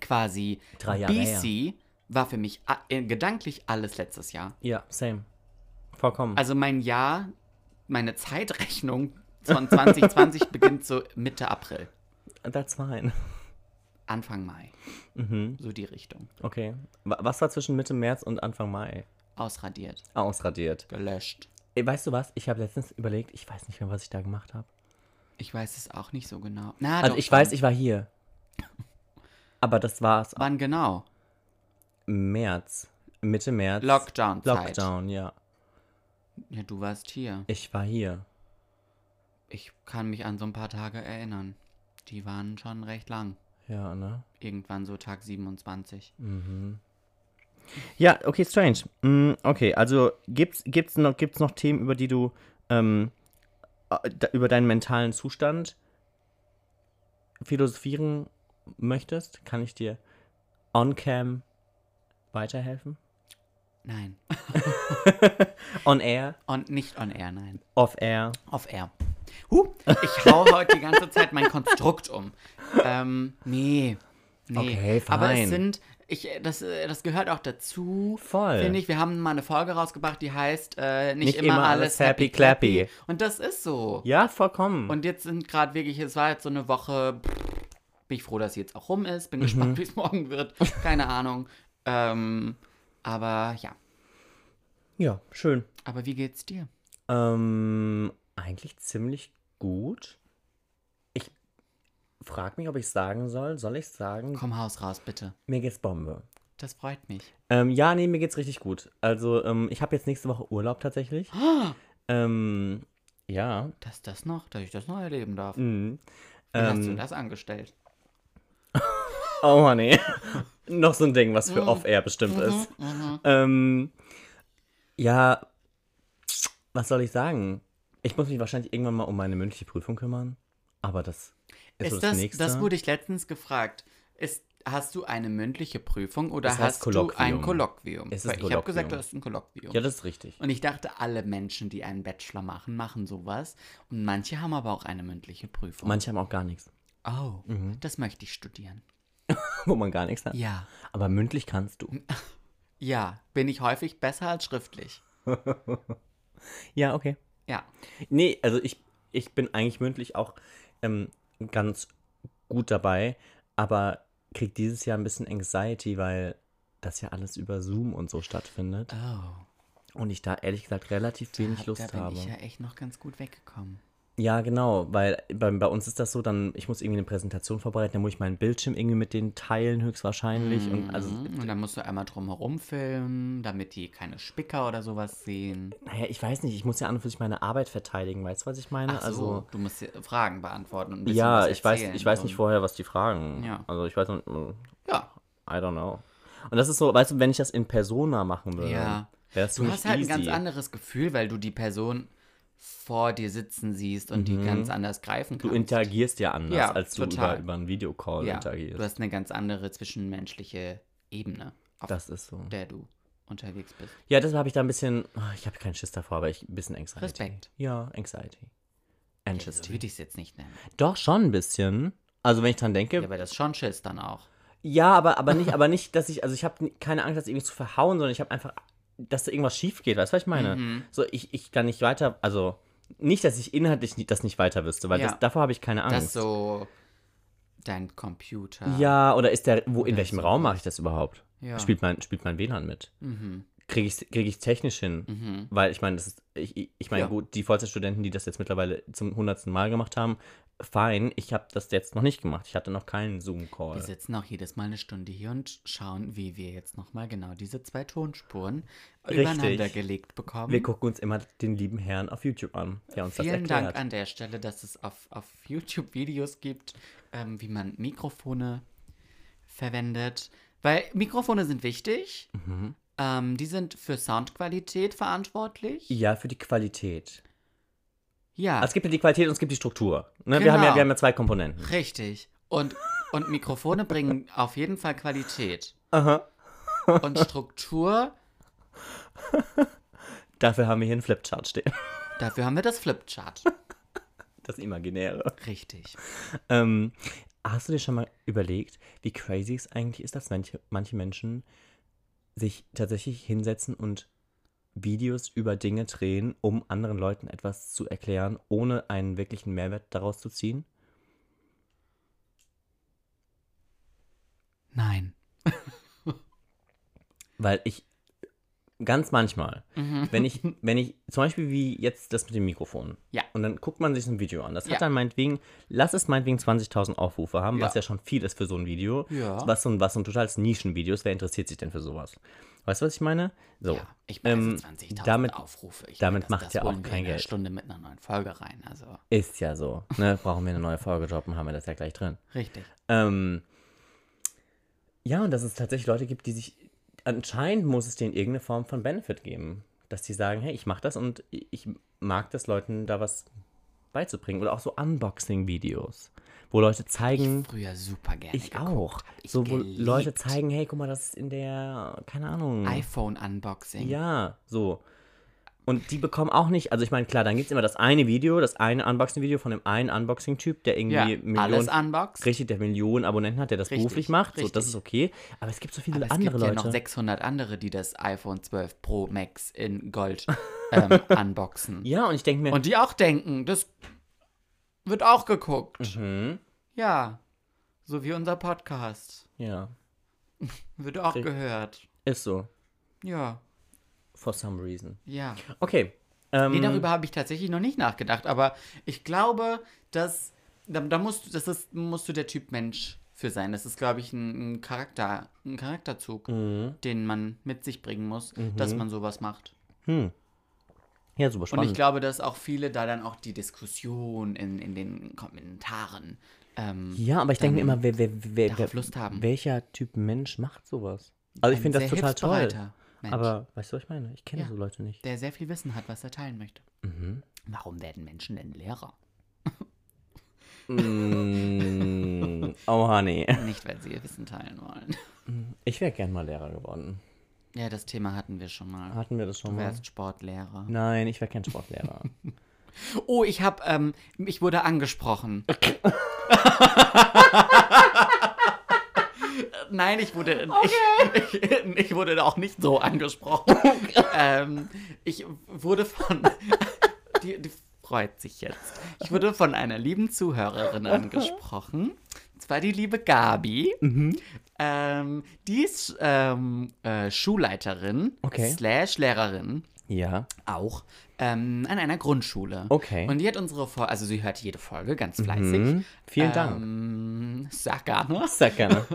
[SPEAKER 1] quasi
[SPEAKER 2] Mhm. Drei Jahre
[SPEAKER 1] BC war für mich a- äh, gedanklich alles letztes Jahr.
[SPEAKER 2] Ja, same. Vollkommen.
[SPEAKER 1] Also mein Jahr, meine Zeitrechnung von 2020 beginnt so Mitte April,
[SPEAKER 2] that's fine.
[SPEAKER 1] Anfang Mai.
[SPEAKER 2] Mhm.
[SPEAKER 1] So die Richtung.
[SPEAKER 2] Okay. Wa- Was war zwischen Mitte März und Anfang Mai?
[SPEAKER 1] Ausradiert,
[SPEAKER 2] Ausradiert.
[SPEAKER 1] gelöscht.
[SPEAKER 2] Ey, Weißt du was? Ich habe letztens überlegt, ich weiß nicht mehr, was ich da gemacht habe.
[SPEAKER 1] Ich weiß es auch nicht so genau. Na,
[SPEAKER 2] Also
[SPEAKER 1] Ah, doch
[SPEAKER 2] ich
[SPEAKER 1] schon.
[SPEAKER 2] weiß, ich war hier. Aber das war's.
[SPEAKER 1] Wann genau?
[SPEAKER 2] März. Mitte März.
[SPEAKER 1] Lockdown-Zeit.
[SPEAKER 2] Lockdown, ja.
[SPEAKER 1] Ja, du warst hier.
[SPEAKER 2] Ich war hier.
[SPEAKER 1] Ich kann mich an so ein paar Tage erinnern. Die waren schon recht lang.
[SPEAKER 2] Ja, ne?
[SPEAKER 1] Irgendwann so Tag 27.
[SPEAKER 2] Ja, okay, strange. Mm, okay, also gibt's, gibt's, noch, gibt's noch Themen, über die du, ähm, äh, da- über deinen mentalen Zustand philosophieren möchtest? Kann ich dir on-cam weiterhelfen?
[SPEAKER 1] Nein.
[SPEAKER 2] On-air?
[SPEAKER 1] Und nicht on air, nein.
[SPEAKER 2] Off-air?
[SPEAKER 1] Off air. Huh, ich hau heute die ganze Zeit mein Konstrukt um. Ähm, nee. Nee.
[SPEAKER 2] Okay,
[SPEAKER 1] Aber es
[SPEAKER 2] fine.
[SPEAKER 1] sind, ich, äh, das, äh, das gehört auch dazu.
[SPEAKER 2] Voll.
[SPEAKER 1] Finde ich, wir haben mal eine Folge rausgebracht, die heißt äh, nicht,
[SPEAKER 2] Nicht
[SPEAKER 1] immer,
[SPEAKER 2] immer
[SPEAKER 1] alles happy clappy. Und das ist so.
[SPEAKER 2] Ja, vollkommen.
[SPEAKER 1] Und jetzt sind gerade wirklich, es war jetzt so eine Woche, pff, bin ich froh, dass sie jetzt auch rum ist, bin
[SPEAKER 2] Mhm.
[SPEAKER 1] gespannt, wie es morgen wird, keine Ahnung. Ähm, aber ja,
[SPEAKER 2] ja, schön.
[SPEAKER 1] aber wie geht's dir?
[SPEAKER 2] Ähm, eigentlich ziemlich gut. Ich frag mich, ob ich sagen soll. Soll ich sagen?
[SPEAKER 1] Komm Haus raus, bitte.
[SPEAKER 2] Mir geht's Bombe.
[SPEAKER 1] Das freut mich.
[SPEAKER 2] Ähm, ja, nee, mir geht's richtig gut. Also, ähm, ich habe jetzt nächste Woche Urlaub tatsächlich.
[SPEAKER 1] Ah.
[SPEAKER 2] Ähm, ja.
[SPEAKER 1] Dass das noch, dass ich das noch erleben darf. Wie
[SPEAKER 2] Mhm.
[SPEAKER 1] hast du
[SPEAKER 2] Ähm,
[SPEAKER 1] das angestellt?
[SPEAKER 2] oh, Honey. Noch so ein Ding, was für
[SPEAKER 1] Mhm.
[SPEAKER 2] Off-Air bestimmt ist. Ähm, ja, was soll ich sagen? Ich muss mich wahrscheinlich irgendwann mal um meine mündliche Prüfung kümmern. Aber das ist, so
[SPEAKER 1] Ist
[SPEAKER 2] das,
[SPEAKER 1] das,
[SPEAKER 2] nächste.
[SPEAKER 1] das wurde ich letztens gefragt. Ist, hast du eine mündliche Prüfung oder
[SPEAKER 2] Das heißt
[SPEAKER 1] hast du ein
[SPEAKER 2] Kolloquium.
[SPEAKER 1] Kolloquium?
[SPEAKER 2] Es ist
[SPEAKER 1] Weil
[SPEAKER 2] ein
[SPEAKER 1] ich habe gesagt, du
[SPEAKER 2] Kolloquium.
[SPEAKER 1] hast ein Kolloquium.
[SPEAKER 2] ja, das ist richtig.
[SPEAKER 1] Und ich dachte, alle Menschen, die einen Bachelor machen, machen sowas. Und manche haben aber auch eine mündliche Prüfung.
[SPEAKER 2] Manche Mhm. haben auch gar nichts,
[SPEAKER 1] oh, das möchte ich studieren.
[SPEAKER 2] wo man gar nichts hat.
[SPEAKER 1] Ja. Mhm.
[SPEAKER 2] Aber mündlich kannst du.
[SPEAKER 1] Ja, bin ich häufig besser als schriftlich.
[SPEAKER 2] Ja, okay.
[SPEAKER 1] Ja.
[SPEAKER 2] Nee, also ich, ich bin eigentlich mündlich auch ähm, ganz gut dabei, aber krieg dieses Jahr ein bisschen Anxiety, weil das ja alles über Zoom und so stattfindet
[SPEAKER 1] Oh.
[SPEAKER 2] und ich da ehrlich gesagt relativ wenig
[SPEAKER 1] hab- da
[SPEAKER 2] Lust
[SPEAKER 1] bin
[SPEAKER 2] habe.
[SPEAKER 1] ich ja
[SPEAKER 2] Ja,
[SPEAKER 1] echt noch ganz gut weggekommen.
[SPEAKER 2] genau, weil bei, bei uns ist das so, dann ich muss irgendwie eine Präsentation vorbereiten, dann muss ich meinen Bildschirm irgendwie mit denen teilen höchstwahrscheinlich und also
[SPEAKER 1] Mhm. Und dann musst du einmal drum herum filmen, damit die keine Spicker oder sowas sehen.
[SPEAKER 2] naja, ich weiß nicht, ich muss ja an und für sich meine Arbeit verteidigen, weißt du, was ich meine?
[SPEAKER 1] Ach so,
[SPEAKER 2] also
[SPEAKER 1] du musst dir Fragen beantworten und ein bisschen
[SPEAKER 2] ja,
[SPEAKER 1] was
[SPEAKER 2] ich weiß,
[SPEAKER 1] erzählen
[SPEAKER 2] ich weiß nicht
[SPEAKER 1] und-
[SPEAKER 2] vorher, was die fragen.
[SPEAKER 1] Ja.
[SPEAKER 2] Also ich weiß noch
[SPEAKER 1] Ja,
[SPEAKER 2] I don't know. Und das ist so, weißt du, wenn ich das in Persona machen würde,
[SPEAKER 1] Ja.
[SPEAKER 2] wäre es für
[SPEAKER 1] Du
[SPEAKER 2] mich
[SPEAKER 1] hast halt
[SPEAKER 2] easy.
[SPEAKER 1] ein ganz anderes Gefühl, weil du die Person vor dir sitzen siehst und die ganz anders greifen
[SPEAKER 2] Mhm. du
[SPEAKER 1] kannst.
[SPEAKER 2] interagierst ja anders,
[SPEAKER 1] Ja,
[SPEAKER 2] als du
[SPEAKER 1] total.
[SPEAKER 2] über, über einen Videocall
[SPEAKER 1] ja,
[SPEAKER 2] interagierst.
[SPEAKER 1] Du hast eine ganz andere zwischenmenschliche Ebene, auf
[SPEAKER 2] das ist so.
[SPEAKER 1] der du unterwegs bist.
[SPEAKER 2] Ja, deshalb habe ich da ein bisschen, ah, ich habe keinen Schiss davor, aber ich ein bisschen Anxiety.
[SPEAKER 1] Respekt.
[SPEAKER 2] Ja, Anxiety.
[SPEAKER 1] Das
[SPEAKER 2] Anxiety.
[SPEAKER 1] würde ich es jetzt nicht nennen.
[SPEAKER 2] Doch, schon ein bisschen. Also wenn ich dran denke,
[SPEAKER 1] Ja, aber das ist schon Schiss dann auch.
[SPEAKER 2] Ja, aber, aber nicht, aber nicht, dass ich, also ich habe keine Angst, das irgendwie zu verhauen, sondern ich habe einfach, dass da irgendwas schief geht, weißt du, was ich meine?
[SPEAKER 1] Mhm.
[SPEAKER 2] So, ich, ich kann nicht weiter, also nicht, dass ich inhaltlich nie- das nicht weiter wüsste, weil
[SPEAKER 1] Ja.
[SPEAKER 2] das, davor habe ich keine Angst.
[SPEAKER 1] Das so Dein Computer.
[SPEAKER 2] Ja, oder ist der, wo, in
[SPEAKER 1] Oder
[SPEAKER 2] welchem
[SPEAKER 1] so.
[SPEAKER 2] Raum mache ich das überhaupt?
[SPEAKER 1] Ja.
[SPEAKER 2] Spielt, mein, spielt mein WLAN mit?
[SPEAKER 1] Mhm.
[SPEAKER 2] Kriege ich krieg ich's technisch hin?
[SPEAKER 1] Mhm.
[SPEAKER 2] Weil ich meine, das ist, ich, ich- ich meine,
[SPEAKER 1] Ja.
[SPEAKER 2] gut, die Vollzeitstudenten, die das jetzt mittlerweile zum hundertsten Mal gemacht haben, fein, ich habe das jetzt noch nicht gemacht. Ich hatte noch keinen
[SPEAKER 1] Wir
[SPEAKER 2] Zoom-Call.
[SPEAKER 1] sitzen auch jedes Mal eine Stunde hier und schauen, wie wir jetzt nochmal genau diese zwei Tonspuren
[SPEAKER 2] Richtig.
[SPEAKER 1] übereinander gelegt bekommen.
[SPEAKER 2] Wir gucken uns immer den lieben Herrn auf YouTube an, der uns
[SPEAKER 1] Vielen
[SPEAKER 2] das erklärt.
[SPEAKER 1] Dank an der Stelle, dass es auf, auf YouTube Videos gibt, ähm, wie man Mikrofone verwendet. Weil Mikrofone sind wichtig.
[SPEAKER 2] Mhm.
[SPEAKER 1] Ähm, die sind für Soundqualität verantwortlich.
[SPEAKER 2] Ja, für die Qualität.
[SPEAKER 1] Ja,
[SPEAKER 2] Also es gibt ja die Qualität und es gibt die Struktur. Ne? Wir, haben ja,
[SPEAKER 1] Genau.
[SPEAKER 2] wir haben ja zwei Komponenten.
[SPEAKER 1] richtig. Und, und Mikrofone bringen auf jeden Fall Qualität.
[SPEAKER 2] Aha.
[SPEAKER 1] Und Struktur,
[SPEAKER 2] Dafür haben wir hier einen Flipchart stehen.
[SPEAKER 1] dafür haben wir das Flipchart.
[SPEAKER 2] Das Imaginäre.
[SPEAKER 1] Richtig.
[SPEAKER 2] Ähm, hast du dir schon mal überlegt, wie crazy es eigentlich ist, dass manche, manche Menschen sich tatsächlich hinsetzen und Videos über Dinge drehen, um anderen Leuten etwas zu erklären, ohne einen wirklichen Mehrwert daraus zu ziehen?
[SPEAKER 1] Nein.
[SPEAKER 2] Weil ich ganz manchmal,
[SPEAKER 1] Mhm.
[SPEAKER 2] wenn ich, wenn ich, zum Beispiel wie jetzt das mit dem Mikrofon.
[SPEAKER 1] Ja.
[SPEAKER 2] Und dann guckt man sich so ein Video an. Das
[SPEAKER 1] Ja.
[SPEAKER 2] hat dann meinetwegen, lass es meinetwegen 20.000 Aufrufe haben,
[SPEAKER 1] Ja.
[SPEAKER 2] was ja schon viel ist für so ein Video.
[SPEAKER 1] Ja.
[SPEAKER 2] Was so ein, was so ein totales Nischenvideo ist. Wer interessiert sich denn für sowas? Weißt du, was ich meine? So.
[SPEAKER 1] Ja, ich meine,
[SPEAKER 2] ähm,
[SPEAKER 1] ähm, 20.000
[SPEAKER 2] damit-
[SPEAKER 1] Aufrufe. Ich meine,
[SPEAKER 2] damit
[SPEAKER 1] das,
[SPEAKER 2] macht's
[SPEAKER 1] das
[SPEAKER 2] ja auch
[SPEAKER 1] holen wir
[SPEAKER 2] kein
[SPEAKER 1] in einer
[SPEAKER 2] Geld.
[SPEAKER 1] Stunde mit einer neuen Folge rein. Also,
[SPEAKER 2] Ist ja so. Ne? Brauchen wir eine neue Folge droppen, haben wir das ja gleich drin.
[SPEAKER 1] richtig.
[SPEAKER 2] Ähm, ja, und dass es tatsächlich Leute gibt, die sich. Anscheinend muss es denen irgendeine Form von Benefit geben. Dass die sagen, hey, ich mach das und ich mag das, Leuten da was beizubringen. Oder auch so Unboxing-Videos, wo Leute zeigen.
[SPEAKER 1] Früher super gerne.
[SPEAKER 2] Ich, auch.
[SPEAKER 1] ich
[SPEAKER 2] so, wo
[SPEAKER 1] geliebt.
[SPEAKER 2] Leute zeigen, hey, guck mal, das ist in der. Keine Ahnung.
[SPEAKER 1] iPhone-Unboxing.
[SPEAKER 2] Ja, so. Und die bekommen auch nicht, also ich meine, klar, dann gibt es immer das eine Video, das eine Unboxing-Video von dem einen Unboxing-Typ, der irgendwie
[SPEAKER 1] Ja, alles
[SPEAKER 2] Millionen,
[SPEAKER 1] unboxed.
[SPEAKER 2] richtig, der Millionen Abonnenten hat, der das
[SPEAKER 1] Richtig,
[SPEAKER 2] beruflich macht, so,
[SPEAKER 1] richtig.
[SPEAKER 2] das ist okay. Aber es gibt so viele
[SPEAKER 1] Aber es
[SPEAKER 2] andere
[SPEAKER 1] gibt ja
[SPEAKER 2] Leute.
[SPEAKER 1] noch 600 andere, die das iPhone 12 Pro Max in Gold ähm, unboxen.
[SPEAKER 2] ja, und ich denke mir,
[SPEAKER 1] Und die auch denken, das wird auch geguckt.
[SPEAKER 2] Mhm.
[SPEAKER 1] Ja, so wie unser Podcast.
[SPEAKER 2] ja,
[SPEAKER 1] Wird auch
[SPEAKER 2] Richtig.
[SPEAKER 1] gehört.
[SPEAKER 2] ist so,
[SPEAKER 1] Ja,
[SPEAKER 2] for some reason.
[SPEAKER 1] ja.
[SPEAKER 2] Okay. Ähm,
[SPEAKER 1] Nee, darüber habe ich tatsächlich noch nicht nachgedacht, aber ich glaube, dass da, da musst, du- das ist, musst du der Typ Mensch für sein. Das ist, glaube ich, ein, ein Charakter, ein Charakterzug,
[SPEAKER 2] Mhm.
[SPEAKER 1] den man mit sich bringen muss, dass man sowas macht.
[SPEAKER 2] Ja, super
[SPEAKER 1] Und
[SPEAKER 2] spannend.
[SPEAKER 1] ich glaube, dass auch viele da dann auch die Diskussion in, in den Kommentaren. Ähm,
[SPEAKER 2] ja, aber ich denke mir immer, wer, wer, wer,
[SPEAKER 1] darauf
[SPEAKER 2] wer,
[SPEAKER 1] Lust haben.
[SPEAKER 2] welcher Typ Mensch macht sowas? Also ich
[SPEAKER 1] ein
[SPEAKER 2] finde das
[SPEAKER 1] sehr
[SPEAKER 2] total toll.
[SPEAKER 1] hilfsbereiter Mensch,
[SPEAKER 2] Aber weißt du, was ich meine? Ich kenne
[SPEAKER 1] Ja.
[SPEAKER 2] so Leute nicht.
[SPEAKER 1] der sehr viel Wissen hat, was er teilen möchte.
[SPEAKER 2] Mhm.
[SPEAKER 1] Warum werden Menschen denn Lehrer?
[SPEAKER 2] Mm, oh, honey.
[SPEAKER 1] Nicht, weil sie ihr Wissen teilen wollen.
[SPEAKER 2] Ich wäre gern mal Lehrer geworden.
[SPEAKER 1] Ja, das Thema hatten wir schon mal.
[SPEAKER 2] Hatten wir das schon
[SPEAKER 1] Du
[SPEAKER 2] mal?
[SPEAKER 1] wärst Sportlehrer.
[SPEAKER 2] Nein, ich wäre kein Sportlehrer.
[SPEAKER 1] Oh, ich hab, ähm, ich wurde angesprochen. Nein, ich wurde, ich, ich, ich wurde auch nicht so angesprochen. ähm, ich wurde von, die, die freut sich jetzt. Ich wurde von einer lieben Zuhörerin angesprochen. Und zwar die liebe Gabi. Ähm, die ist ähm, äh, Schulleiterin,
[SPEAKER 2] Okay.
[SPEAKER 1] slash Lehrerin
[SPEAKER 2] ja.
[SPEAKER 1] auch ähm, an einer Grundschule.
[SPEAKER 2] Okay.
[SPEAKER 1] Und die hat unsere Folge, also sie hört jede Folge ganz fleißig.
[SPEAKER 2] Mhm. Vielen Dank.
[SPEAKER 1] Ähm, sag gerne.
[SPEAKER 2] Sehr gerne.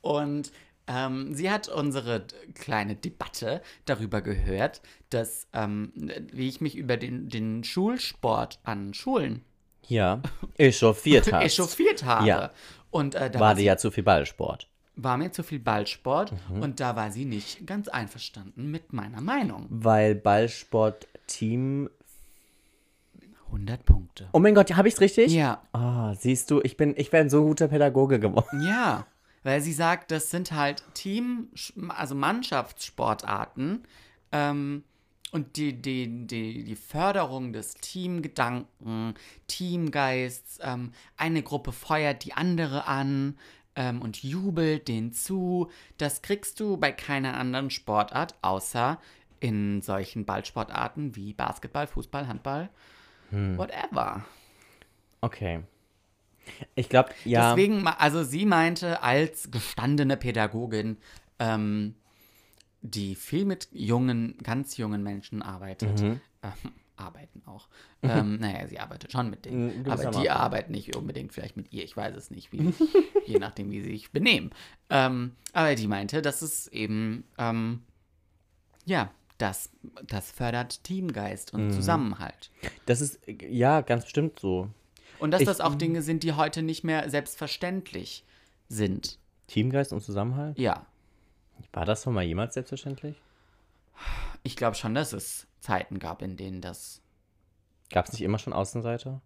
[SPEAKER 1] Und ähm, sie hat unsere d- kleine Debatte darüber gehört, dass, ähm, wie ich mich über den, den Schulsport an Schulen
[SPEAKER 2] Ja. Echauffiert hast.
[SPEAKER 1] echauffiert habe.
[SPEAKER 2] Ja.
[SPEAKER 1] Und äh, da
[SPEAKER 2] War
[SPEAKER 1] war,
[SPEAKER 2] dir
[SPEAKER 1] sie,
[SPEAKER 2] ja zu viel Ballsport.
[SPEAKER 1] war mir zu viel Ballsport
[SPEAKER 2] Mhm.
[SPEAKER 1] und da war sie nicht ganz einverstanden mit meiner Meinung.
[SPEAKER 2] Weil Ballsport Team.
[SPEAKER 1] 100 Punkte.
[SPEAKER 2] Oh mein Gott, habe ich's richtig?
[SPEAKER 1] Ja,
[SPEAKER 2] Ah, siehst du, ich bin, ich wäre ein so guter Pädagoge geworden.
[SPEAKER 1] Ja, weil sie sagt, das sind halt Team, also Mannschaftssportarten ähm, und die, die, die, die Förderung des Teamgedanken, Teamgeists, ähm, eine Gruppe feuert die andere an ähm, und jubelt denen zu, das kriegst du bei keiner anderen Sportart, außer in solchen Ballsportarten wie Basketball, Fußball, Handball, whatever.
[SPEAKER 2] Okay. Ich glaube, ja.
[SPEAKER 1] Deswegen, ma- also sie meinte als gestandene Pädagogin, ähm, die viel mit jungen, ganz jungen Menschen arbeitet,
[SPEAKER 2] Mhm.
[SPEAKER 1] ähm, arbeiten auch. Ähm, naja, sie arbeitet schon mit
[SPEAKER 2] Mhm,
[SPEAKER 1] denen, aber
[SPEAKER 2] gewissermaßen.
[SPEAKER 1] die arbeiten nicht unbedingt vielleicht mit ihr, ich weiß es nicht, wie, je nachdem, wie sie sich benehmen. Ähm, aber die meinte, dass es eben, ähm, ja, das, das fördert Teamgeist
[SPEAKER 2] Mhm.
[SPEAKER 1] und Zusammenhalt.
[SPEAKER 2] das ist ja ganz bestimmt so.
[SPEAKER 1] Und dass
[SPEAKER 2] Ich-
[SPEAKER 1] das auch Dinge sind, die heute nicht mehr selbstverständlich sind.
[SPEAKER 2] Teamgeist und Zusammenhalt?
[SPEAKER 1] Ja,
[SPEAKER 2] War das schon mal jemals selbstverständlich?
[SPEAKER 1] ich glaube schon, dass es Zeiten gab, in denen das.
[SPEAKER 2] Gab es nicht immer schon Außenseiter?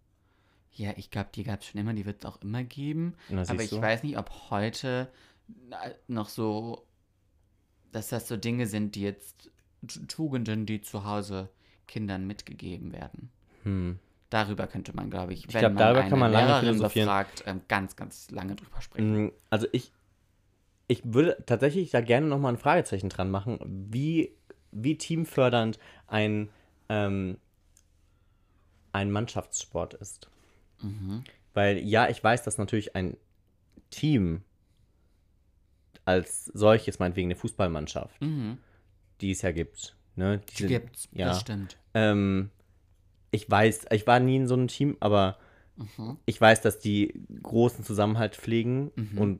[SPEAKER 1] Ja, ich glaube, die gab es schon immer, die wird es auch immer geben.
[SPEAKER 2] Na,
[SPEAKER 1] Aber ich
[SPEAKER 2] siehst du.
[SPEAKER 1] weiß nicht, ob heute na- noch so, dass das so Dinge sind, die jetzt T- Tugenden, die zu Hause Kindern mitgegeben werden.
[SPEAKER 2] Hm.
[SPEAKER 1] Darüber könnte man, glaube ich, wenn
[SPEAKER 2] glaub,
[SPEAKER 1] man
[SPEAKER 2] darüber
[SPEAKER 1] eine
[SPEAKER 2] kann man lange
[SPEAKER 1] Lehrerin
[SPEAKER 2] philosophieren.
[SPEAKER 1] befragt, ähm, ganz, ganz lange drüber sprechen.
[SPEAKER 2] Mm, Also ich, ich würde tatsächlich da gerne nochmal ein Fragezeichen dran machen, wie, wie teamfördernd ein, ähm, ein Mannschaftssport ist. Mhm.
[SPEAKER 1] Mhm.
[SPEAKER 2] Weil ja, ich weiß, dass natürlich ein Team als solches, meinetwegen eine Fußballmannschaft,
[SPEAKER 1] Mhm.
[SPEAKER 2] die es ja gibt. Ne?
[SPEAKER 1] Die gibt's,
[SPEAKER 2] ja.
[SPEAKER 1] das stimmt.
[SPEAKER 2] Ähm, ich weiß, ich war nie in so einem Team, aber
[SPEAKER 1] Mhm.
[SPEAKER 2] ich weiß, dass die großen Zusammenhalt pflegen und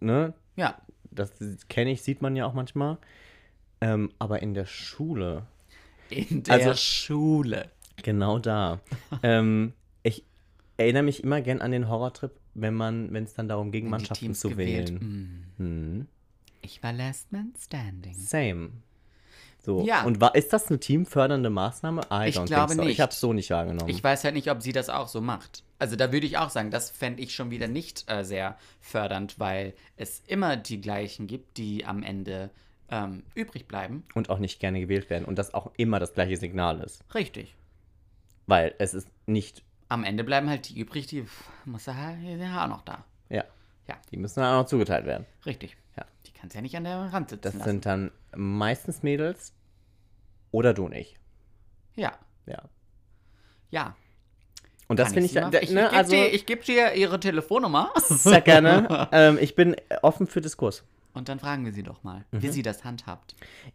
[SPEAKER 2] ne,
[SPEAKER 1] Ja,
[SPEAKER 2] das kenne ich, sieht man ja auch manchmal. Ähm, aber in der Schule,
[SPEAKER 1] in der
[SPEAKER 2] Also-
[SPEAKER 1] Schule.
[SPEAKER 2] genau da, ähm, ich erinnere mich immer gern an den Horrortrip, wenn man, wenn es dann darum ging,
[SPEAKER 1] Wenn die
[SPEAKER 2] Mannschaften
[SPEAKER 1] Teams
[SPEAKER 2] zu
[SPEAKER 1] gewählt-
[SPEAKER 2] wählen.
[SPEAKER 1] Mhm.
[SPEAKER 2] Hm.
[SPEAKER 1] Ich war Last Man Standing.
[SPEAKER 2] Same. So.
[SPEAKER 1] Ja.
[SPEAKER 2] Und war, ist das eine teamfördernde Maßnahme? I
[SPEAKER 1] Ich
[SPEAKER 2] don't
[SPEAKER 1] glaube
[SPEAKER 2] think so. Ich
[SPEAKER 1] nicht.
[SPEAKER 2] habe es so nicht wahrgenommen.
[SPEAKER 1] Ich weiß halt nicht, ob sie das auch so macht. Also da würde ich auch sagen, das fände ich schon wieder nicht äh, sehr fördernd, weil es immer die gleichen gibt, die am Ende ähm, übrig bleiben.
[SPEAKER 2] und auch nicht gerne gewählt werden. Und das auch immer das gleiche Signal ist.
[SPEAKER 1] Richtig.
[SPEAKER 2] Weil es ist nicht,
[SPEAKER 1] Am Ende bleiben halt die übrig, die pff, muss ja, die sind ja auch noch da.
[SPEAKER 2] ja,
[SPEAKER 1] Ja,
[SPEAKER 2] die müssen dann auch noch zugeteilt werden.
[SPEAKER 1] richtig.
[SPEAKER 2] Ja.
[SPEAKER 1] Die kannst ja nicht an der Rand sitzen
[SPEAKER 2] Das
[SPEAKER 1] lassen.
[SPEAKER 2] sind dann meistens Mädels oder du und ich.
[SPEAKER 1] ja,
[SPEAKER 2] Ja.
[SPEAKER 1] ja.
[SPEAKER 2] Und das
[SPEAKER 1] Kann
[SPEAKER 2] finde ich,
[SPEAKER 1] sie
[SPEAKER 2] da,
[SPEAKER 1] machen.
[SPEAKER 2] da,
[SPEAKER 1] ich,
[SPEAKER 2] ne,
[SPEAKER 1] ich,
[SPEAKER 2] also
[SPEAKER 1] geb dir, ich geb dir ihre Telefonnummer
[SPEAKER 2] sehr gerne. ähm, ich bin offen für Diskurs.
[SPEAKER 1] und dann fragen wir sie doch mal, wie
[SPEAKER 2] Mhm.
[SPEAKER 1] sie das handhabt.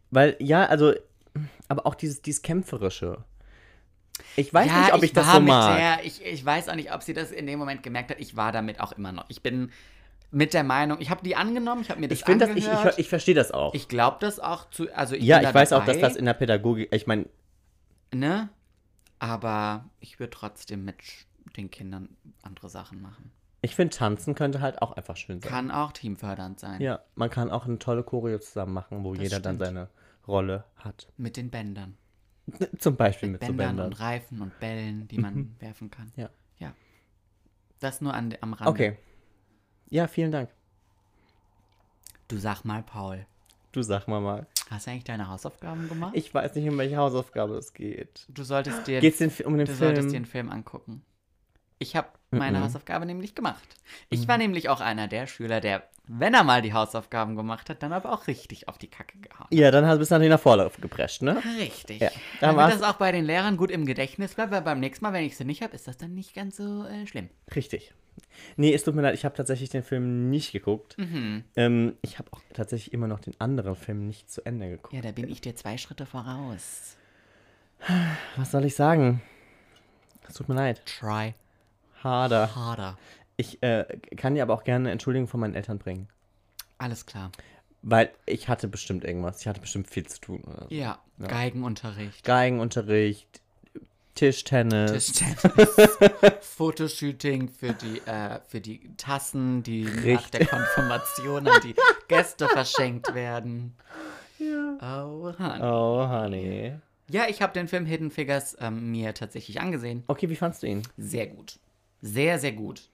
[SPEAKER 2] Weil, ja, also, aber auch dieses, dieses Kämpferische. Ich weiß
[SPEAKER 1] Ja,
[SPEAKER 2] nicht, ob ich, das
[SPEAKER 1] war
[SPEAKER 2] so
[SPEAKER 1] mit
[SPEAKER 2] mag.
[SPEAKER 1] Der, ich, ich weiß auch nicht, ob sie das in dem Moment gemerkt hat. Ich war damit auch immer noch. Ich bin mit der Meinung, ich habe die angenommen, ich habe mir das
[SPEAKER 2] ich finde das, ich,
[SPEAKER 1] angehört.
[SPEAKER 2] ich, ich verstehe das auch.
[SPEAKER 1] ich glaube das auch zu, also ich
[SPEAKER 2] ja,
[SPEAKER 1] bin
[SPEAKER 2] ich
[SPEAKER 1] da
[SPEAKER 2] weiß auch,
[SPEAKER 1] dabei,
[SPEAKER 2] dass das in der Pädagogik, ich meine,
[SPEAKER 1] ne? Aber ich würde trotzdem mit den Kindern andere Sachen machen.
[SPEAKER 2] ich finde, tanzen könnte halt auch einfach schön sein.
[SPEAKER 1] Kann auch teamfördernd sein.
[SPEAKER 2] Ja, man kann auch eine tolle Choreo zusammen machen, wo
[SPEAKER 1] Das
[SPEAKER 2] jeder dann
[SPEAKER 1] stimmt.
[SPEAKER 2] seine Rolle hat.
[SPEAKER 1] Mit den Bändern.
[SPEAKER 2] Zum Beispiel
[SPEAKER 1] Mit
[SPEAKER 2] mit, so
[SPEAKER 1] Bändern,
[SPEAKER 2] Bändern. Mhm.
[SPEAKER 1] und Reifen und Bällen, die man werfen kann.
[SPEAKER 2] Ja.
[SPEAKER 1] Ja. Das nur an, am Rande.
[SPEAKER 2] Okay. Ja, vielen Dank.
[SPEAKER 1] Du sag mal, Paul,
[SPEAKER 2] Du sag mal mal.
[SPEAKER 1] hast du eigentlich deine Hausaufgaben gemacht?
[SPEAKER 2] Ich weiß nicht, um welche Hausaufgabe es geht.
[SPEAKER 1] du solltest dir
[SPEAKER 2] Geht es um den
[SPEAKER 1] Du solltest dir
[SPEAKER 2] Film?
[SPEAKER 1] einen Film angucken. Ich habe meine Hausaufgabe nämlich gemacht. Ich
[SPEAKER 2] Mm.
[SPEAKER 1] war nämlich auch einer der Schüler, der, wenn er mal die Hausaufgaben gemacht hat, dann aber auch richtig auf die Kacke gehauen.
[SPEAKER 2] Ja, dann hast- bist du natürlich nach vorne geprescht, ne?
[SPEAKER 1] Richtig.
[SPEAKER 2] Ja, da
[SPEAKER 1] Damit
[SPEAKER 2] war's-
[SPEAKER 1] das auch bei den Lehrern gut im Gedächtnis bleibt, weil beim nächsten Mal, wenn ich sie nicht habe, ist das dann nicht ganz so äh, schlimm.
[SPEAKER 2] Richtig. Nee, es tut mir leid, ich habe tatsächlich den Film nicht geguckt.
[SPEAKER 1] Mhm.
[SPEAKER 2] Ähm, ich habe auch tatsächlich immer noch den anderen Film nicht zu Ende geguckt.
[SPEAKER 1] Ja, da bin ich dir zwei Schritte voraus.
[SPEAKER 2] Was soll ich sagen? Es tut mir leid.
[SPEAKER 1] Try
[SPEAKER 2] Harder.
[SPEAKER 1] harder.
[SPEAKER 2] Ich äh, kann dir aber auch gerne eine Entschuldigung von meinen Eltern bringen.
[SPEAKER 1] Alles klar.
[SPEAKER 2] Weil ich hatte bestimmt irgendwas. Ich hatte bestimmt viel zu tun. Oder so.
[SPEAKER 1] Ja, Geigenunterricht.
[SPEAKER 2] Geigenunterricht, Tischtennis.
[SPEAKER 1] Tischtennis, Fotoshooting für die, äh, für die Tassen, die nach der Konfirmation an die Gäste verschenkt werden. Ja. Oh, Mann.
[SPEAKER 2] Oh, honey.
[SPEAKER 1] ja, ich habe den Film Hidden Figures ähm, mir tatsächlich angesehen.
[SPEAKER 2] Okay, wie fandst du ihn?
[SPEAKER 1] Sehr gut. Sehr, sehr gut.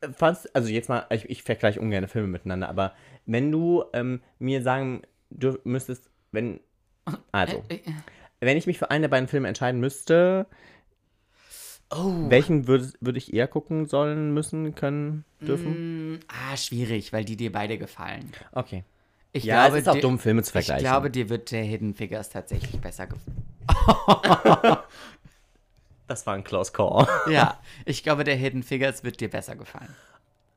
[SPEAKER 2] Äh, Fandst, also jetzt mal, ich, ich vergleiche ungern Filme miteinander, aber wenn du ähm, mir sagen dürf, müsstest, wenn, also,
[SPEAKER 1] Äh, äh,
[SPEAKER 2] wenn ich mich für einen der beiden Filme entscheiden müsste,
[SPEAKER 1] Oh.
[SPEAKER 2] welchen würde würd ich eher gucken sollen, müssen, können, dürfen?
[SPEAKER 1] mm, Ah, schwierig, weil die dir beide gefallen.
[SPEAKER 2] Okay.
[SPEAKER 1] Ich
[SPEAKER 2] Ja,
[SPEAKER 1] glaube,
[SPEAKER 2] es ist auch
[SPEAKER 1] dir-
[SPEAKER 2] dumm, Filme zu vergleichen.
[SPEAKER 1] Ich glaube, dir wird der Hidden Figures tatsächlich besser gefallen.
[SPEAKER 2] das war ein Close Call.
[SPEAKER 1] Ja, ich glaube, der Hidden Figures wird dir besser gefallen.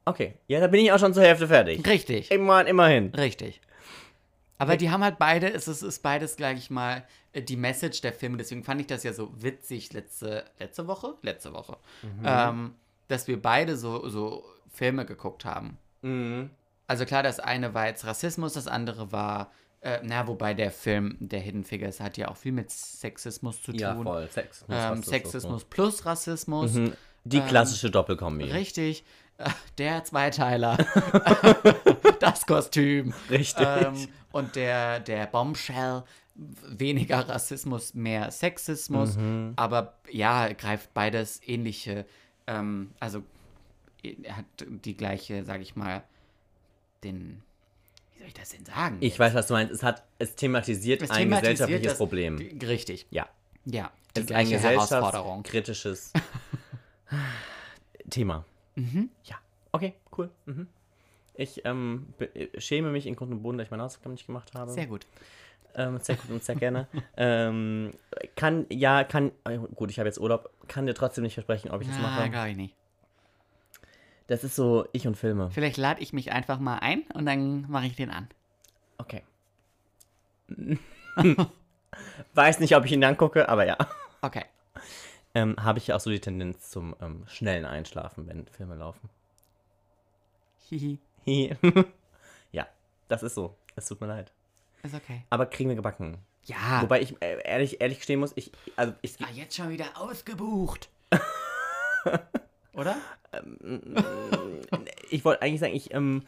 [SPEAKER 2] Okay. Ja, da bin ich auch schon zur Hälfte fertig.
[SPEAKER 1] Richtig.
[SPEAKER 2] Immerhin, immerhin.
[SPEAKER 1] Richtig.
[SPEAKER 2] Äh,
[SPEAKER 1] Aber die haben halt beide, es ist, ist beides gleich mal äh, die Message der Filme. Deswegen fand ich das ja so witzig letzte, letzte Woche? Letzte Woche.
[SPEAKER 2] Mhm.
[SPEAKER 1] Ähm, dass wir beide so, so Filme geguckt haben.
[SPEAKER 2] Mhm.
[SPEAKER 1] Also klar, das eine war jetzt Rassismus, das andere war, äh, na, wobei der Film, der Hidden Figures, hat ja auch viel mit Sexismus zu tun.
[SPEAKER 2] Ja, voll. Sex.
[SPEAKER 1] Ähm, Sexismus Ähm, plus Rassismus.
[SPEAKER 2] Mhm. Die klassische Doppelkombi.
[SPEAKER 1] Richtig. Äh, Der Zweiteiler. das Kostüm.
[SPEAKER 2] Richtig.
[SPEAKER 1] Ähm, und der, der Bombshell, weniger Rassismus, mehr Sexismus.
[SPEAKER 2] Mhm.
[SPEAKER 1] Aber ja, greift beides ähnliche, ähm, also äh, hat die gleiche, sag ich mal, den, wie soll ich das denn sagen?
[SPEAKER 2] Ich weiß, was du meinst. Es hat, es thematisiert
[SPEAKER 1] Es
[SPEAKER 2] ein
[SPEAKER 1] thematisiert
[SPEAKER 2] gesellschaftliches
[SPEAKER 1] das-
[SPEAKER 2] Problem.
[SPEAKER 1] die- Richtig,
[SPEAKER 2] Ja.
[SPEAKER 1] ja. Die
[SPEAKER 2] Es ist ein
[SPEAKER 1] gleiche Herausforderung.
[SPEAKER 2] gesellschaftskritisches Thema.
[SPEAKER 1] Mhm.
[SPEAKER 2] Ja. Okay, cool. Mhm. Ich ähm, be- äh, schäme mich in Grund und Boden, dass ich meine Hausaufgaben nicht gemacht habe.
[SPEAKER 1] Sehr gut.
[SPEAKER 2] Ähm, sehr gut und sehr gerne. ähm, kann, ja, kann, äh, gut, ich habe jetzt Urlaub, kann dir trotzdem nicht versprechen, ob ich das
[SPEAKER 1] Ah,
[SPEAKER 2] mache.
[SPEAKER 1] glaube ich nicht.
[SPEAKER 2] Das ist so ich und Filme.
[SPEAKER 1] Vielleicht lade ich mich einfach mal ein und dann mache ich den an.
[SPEAKER 2] Okay. Weiß nicht, ob ich ihn angucke, aber ja.
[SPEAKER 1] Okay.
[SPEAKER 2] Ähm, habe ich ja auch so die Tendenz zum ähm, schnellen Einschlafen, wenn Filme laufen.
[SPEAKER 1] Hihi.
[SPEAKER 2] Hi. ja, das ist so. Es tut mir leid.
[SPEAKER 1] Ist okay.
[SPEAKER 2] Aber kriegen wir gebacken.
[SPEAKER 1] Ja.
[SPEAKER 2] Wobei ich äh, ehrlich, ehrlich gestehen muss, ich, also ich,
[SPEAKER 1] Ah, jetzt schon wieder ausgebucht. Oder?
[SPEAKER 2] ich wollte eigentlich sagen, ich ähm,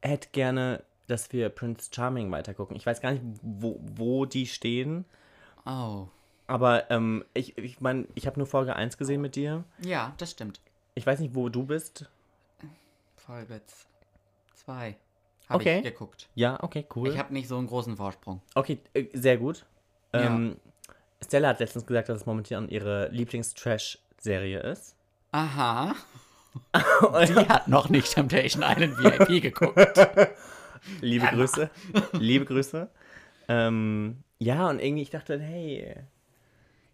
[SPEAKER 2] hätte gerne, dass wir Prince Charming weitergucken. Ich weiß gar nicht, wo, wo die stehen,
[SPEAKER 1] Oh.
[SPEAKER 2] aber ähm, ich meine, ich, mein, ich habe nur Folge 1 gesehen mit dir.
[SPEAKER 1] Ja, das stimmt.
[SPEAKER 2] Ich weiß nicht, wo du bist.
[SPEAKER 1] Folge 2 habe
[SPEAKER 2] Okay.
[SPEAKER 1] ich geguckt.
[SPEAKER 2] Ja, okay, cool.
[SPEAKER 1] Ich habe nicht so einen großen Vorsprung.
[SPEAKER 2] Okay, äh, sehr gut.
[SPEAKER 1] Ja.
[SPEAKER 2] Ähm, Stella hat letztens gesagt, dass es momentan ihre Lieblings-Trash-Serie ist.
[SPEAKER 1] Aha. Die hat noch nicht Temptation Island VIP geguckt.
[SPEAKER 2] Liebe Grüße. Liebe Grüße. Ähm, ja, und irgendwie, ich dachte, hey,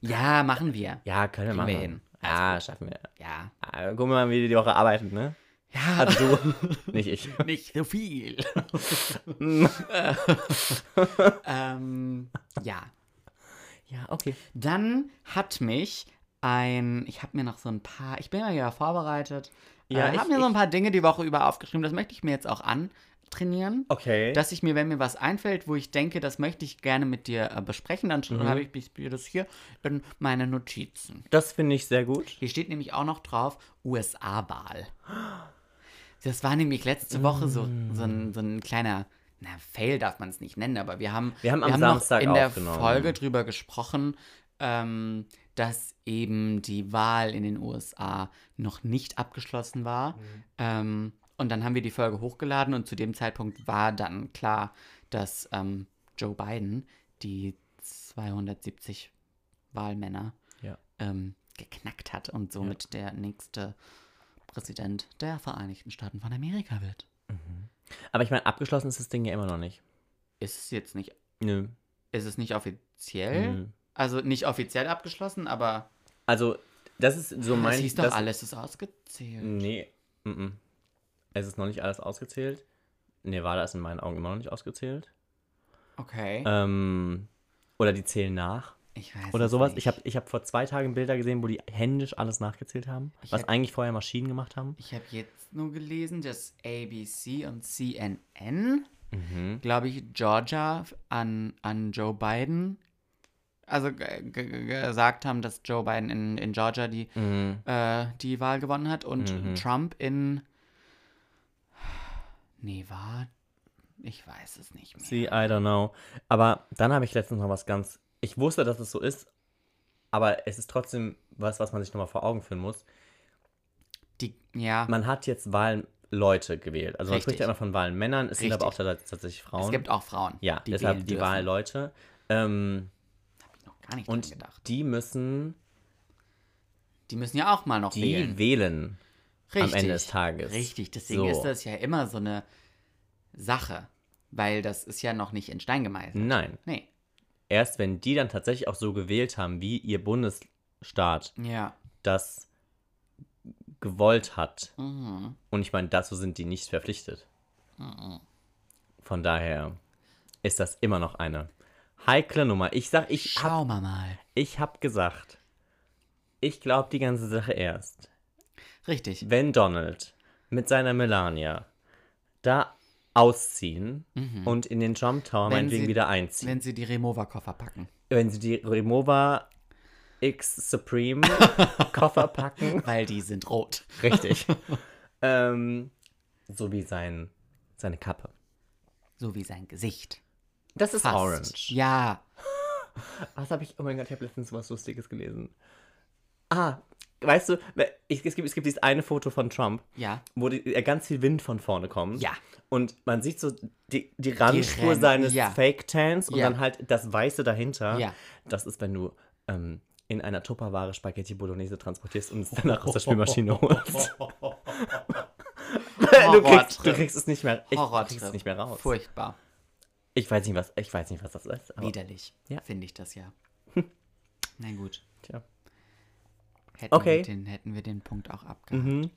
[SPEAKER 1] Ja, machen wir.
[SPEAKER 2] ja, können wir machen.
[SPEAKER 1] wir hin.
[SPEAKER 2] Ja, schaffen wir.
[SPEAKER 1] Ja.
[SPEAKER 2] Ah, gucken wir mal, wie die die Woche arbeitet, ne?
[SPEAKER 1] Ja,
[SPEAKER 2] Also du, nicht ich.
[SPEAKER 1] nicht so viel. ähm, ja.
[SPEAKER 2] Ja, okay.
[SPEAKER 1] Dann hat mich ein, ich habe mir noch so ein paar, ich bin ja ja vorbereitet,
[SPEAKER 2] Ja,
[SPEAKER 1] ja, äh,
[SPEAKER 2] ich-
[SPEAKER 1] habe mir so
[SPEAKER 2] ich-
[SPEAKER 1] ein paar Dinge die Woche über aufgeschrieben, das möchte ich mir jetzt auch antrainieren,
[SPEAKER 2] Okay.
[SPEAKER 1] dass ich mir, wenn mir was einfällt, wo ich denke, das möchte ich gerne mit dir äh, besprechen, dann mhm. habe ich bis- mir das hier in meine Notizen.
[SPEAKER 2] das finde ich sehr gut.
[SPEAKER 1] Hier steht nämlich auch noch drauf, USA-Wahl. Das war nämlich letzte Woche so, so, ein,
[SPEAKER 2] Mm.
[SPEAKER 1] so ein kleiner, na, Fail darf man es nicht nennen, aber wir haben,
[SPEAKER 2] Wir haben am
[SPEAKER 1] noch
[SPEAKER 2] Samstag
[SPEAKER 1] in der
[SPEAKER 2] aufgenommen.
[SPEAKER 1] Folge drüber gesprochen, ähm, dass eben die Wahl in den USA noch nicht abgeschlossen war.
[SPEAKER 2] Mhm.
[SPEAKER 1] Ähm, und dann haben wir die Folge hochgeladen und zu dem Zeitpunkt war dann klar, dass ähm, Joe Biden die 270 Wahlmänner
[SPEAKER 2] Ja.
[SPEAKER 1] ähm, geknackt hat und somit der nächste Präsident der Vereinigten Staaten von Amerika wird.
[SPEAKER 2] Aber ich meine, abgeschlossen ist das Ding ja immer noch nicht.
[SPEAKER 1] Ist es jetzt nicht,
[SPEAKER 2] Nö.
[SPEAKER 1] ist es nicht offiziell?
[SPEAKER 2] Nö.
[SPEAKER 1] Also nicht offiziell abgeschlossen, aber
[SPEAKER 2] Mhm. Also, das ist so mein.
[SPEAKER 1] es hieß doch,
[SPEAKER 2] das-
[SPEAKER 1] alles ist ausgezählt.
[SPEAKER 2] Nee. mhm. Es ist noch nicht alles ausgezählt. Nevada ist in meinen Augen immer noch nicht ausgezählt.
[SPEAKER 1] Okay.
[SPEAKER 2] Ähm, oder die zählen nach.
[SPEAKER 1] ich weiß
[SPEAKER 2] Oder
[SPEAKER 1] es
[SPEAKER 2] sowas.
[SPEAKER 1] nicht.
[SPEAKER 2] Ich habe ich hab vor zwei Tagen Bilder gesehen, wo die händisch alles nachgezählt haben.
[SPEAKER 1] Ich
[SPEAKER 2] was
[SPEAKER 1] hätt-
[SPEAKER 2] eigentlich vorher Maschinen gemacht haben.
[SPEAKER 1] Ich habe jetzt nur gelesen, dass ABC und CNN,
[SPEAKER 2] Mhm.
[SPEAKER 1] glaube ich, Georgia an, an Joe Biden, also ge- ge- ge- gesagt haben, dass Joe Biden in, in Georgia die,
[SPEAKER 2] Mhm.
[SPEAKER 1] äh, die Wahl gewonnen hat und
[SPEAKER 2] Mhm.
[SPEAKER 1] Trump in Nevada. Ich weiß es nicht mehr.
[SPEAKER 2] See, I don't know. Aber dann habe ich letztens noch was ganz. Ich wusste, dass es so ist, aber es ist trotzdem was, was man sich nochmal vor Augen führen muss.
[SPEAKER 1] Die, ja,
[SPEAKER 2] Man hat jetzt Wahlleute gewählt. Also man spricht
[SPEAKER 1] Richtig.
[SPEAKER 2] ja immer von Wahlmännern, es sind aber auch
[SPEAKER 1] Richtig.
[SPEAKER 2] tats- tatsächlich Frauen.
[SPEAKER 1] es gibt auch Frauen.
[SPEAKER 2] ja,
[SPEAKER 1] die
[SPEAKER 2] deshalb
[SPEAKER 1] wählen
[SPEAKER 2] die
[SPEAKER 1] dürfen.
[SPEAKER 2] Wahlleute. Ähm,
[SPEAKER 1] Hab ich noch gar nicht
[SPEAKER 2] und
[SPEAKER 1] dran gedacht.
[SPEAKER 2] die müssen
[SPEAKER 1] Die müssen ja auch mal noch
[SPEAKER 2] die
[SPEAKER 1] wählen.
[SPEAKER 2] wählen, am Ende des Tages.
[SPEAKER 1] Richtig, deswegen
[SPEAKER 2] So.
[SPEAKER 1] ist das ja immer so eine Sache, weil das ist ja noch nicht in Stein gemeißelt.
[SPEAKER 2] Nein.
[SPEAKER 1] Nee.
[SPEAKER 2] Erst wenn die dann tatsächlich auch so gewählt haben, wie ihr Bundesstaat
[SPEAKER 1] Ja.
[SPEAKER 2] das gewollt hat.
[SPEAKER 1] Mhm.
[SPEAKER 2] Und ich meine, dazu sind die nicht verpflichtet. Von daher ist das immer noch eine heikle Nummer. Ich sag, ich hab,
[SPEAKER 1] Schauen wir mal.
[SPEAKER 2] ich hab gesagt, ich glaube die ganze Sache erst,
[SPEAKER 1] Richtig.
[SPEAKER 2] wenn Donald mit seiner Melania da ausziehen und in den Trump Tower
[SPEAKER 1] Wenn
[SPEAKER 2] meinetwegen
[SPEAKER 1] sie-
[SPEAKER 2] wieder einziehen.
[SPEAKER 1] Wenn sie die Remover-Koffer packen.
[SPEAKER 2] wenn sie die Remova X Supreme Koffer packen.
[SPEAKER 1] Weil die sind rot.
[SPEAKER 2] Richtig. ähm, so wie sein, seine Kappe.
[SPEAKER 1] So wie sein Gesicht.
[SPEAKER 2] Das ist
[SPEAKER 1] Fast.
[SPEAKER 2] orange.
[SPEAKER 1] Ja.
[SPEAKER 2] Was habe ich? Oh mein Gott, ich habe letztens was Lustiges gelesen. Ah, weißt du, ich, es, gibt, es gibt dieses eine Foto von Trump,
[SPEAKER 1] Ja.
[SPEAKER 2] wo die, äh, ganz viel Wind von vorne kommt.
[SPEAKER 1] Ja.
[SPEAKER 2] Und man sieht so die, die Randspur
[SPEAKER 1] Ränder,
[SPEAKER 2] seines
[SPEAKER 1] ja.
[SPEAKER 2] Fake-Tans und
[SPEAKER 1] Ja.
[SPEAKER 2] dann halt das Weiße dahinter.
[SPEAKER 1] Ja.
[SPEAKER 2] Das ist, wenn du ähm, in einer Tupperware Spaghetti Bolognese transportierst und es danach aus der Spülmaschine holst. du, kriegst, du
[SPEAKER 1] Horrortrip.
[SPEAKER 2] kriegst es nicht mehr, ich, du kriegst es
[SPEAKER 1] Horrortrip.
[SPEAKER 2] nicht mehr raus.
[SPEAKER 1] Furchtbar.
[SPEAKER 2] Ich weiß nicht, was, ich weiß nicht, was das ist. Aber,
[SPEAKER 1] Widerlich.
[SPEAKER 2] Ja. Hm.
[SPEAKER 1] Finde ich das ja. Na gut.
[SPEAKER 2] tja.
[SPEAKER 1] Hätten,
[SPEAKER 2] Okay. Mhm.
[SPEAKER 1] wir den, hätten wir den Punkt auch abgehakt.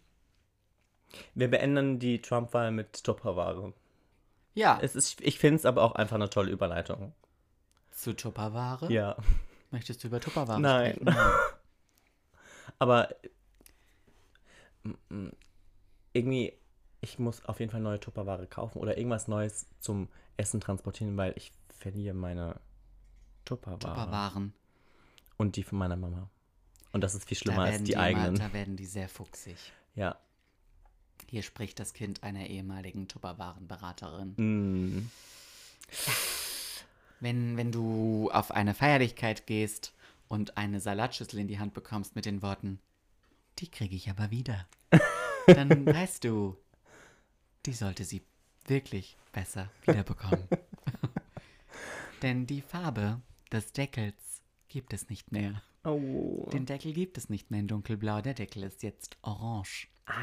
[SPEAKER 2] Wir beenden die Trump-Wahl mit Tupperware.
[SPEAKER 1] Ja.
[SPEAKER 2] Es ist, ich finde es aber auch einfach eine tolle Überleitung.
[SPEAKER 1] Zu Tupperware?
[SPEAKER 2] Ja.
[SPEAKER 1] Möchtest du über Tupperware
[SPEAKER 2] Nein.
[SPEAKER 1] sprechen? Nein.
[SPEAKER 2] Aber äh, m- m- irgendwie, ich muss auf jeden Fall neue Tupperware kaufen oder irgendwas Neues zum Essen transportieren, weil ich verliere meine Tupperware.
[SPEAKER 1] Tupperwaren.
[SPEAKER 2] Und die von meiner Mama. Und das ist viel
[SPEAKER 1] Da
[SPEAKER 2] schlimmer als
[SPEAKER 1] werden,
[SPEAKER 2] die,
[SPEAKER 1] die
[SPEAKER 2] eigenen.
[SPEAKER 1] Immer, da werden die sehr fuchsig.
[SPEAKER 2] Ja.
[SPEAKER 1] Hier spricht das Kind einer ehemaligen Tupperwarenberaterin.
[SPEAKER 2] Mm.
[SPEAKER 1] Wenn, wenn du auf eine Feierlichkeit gehst und eine Salatschüssel in die Hand bekommst mit den Worten, die kriege ich aber wieder, dann weißt du, die sollte sie wirklich besser wiederbekommen. Denn die Farbe des Deckels gibt es nicht mehr.
[SPEAKER 2] Oh.
[SPEAKER 1] Den Deckel gibt es nicht mehr in dunkelblau, der Deckel ist jetzt orange.
[SPEAKER 2] Ah.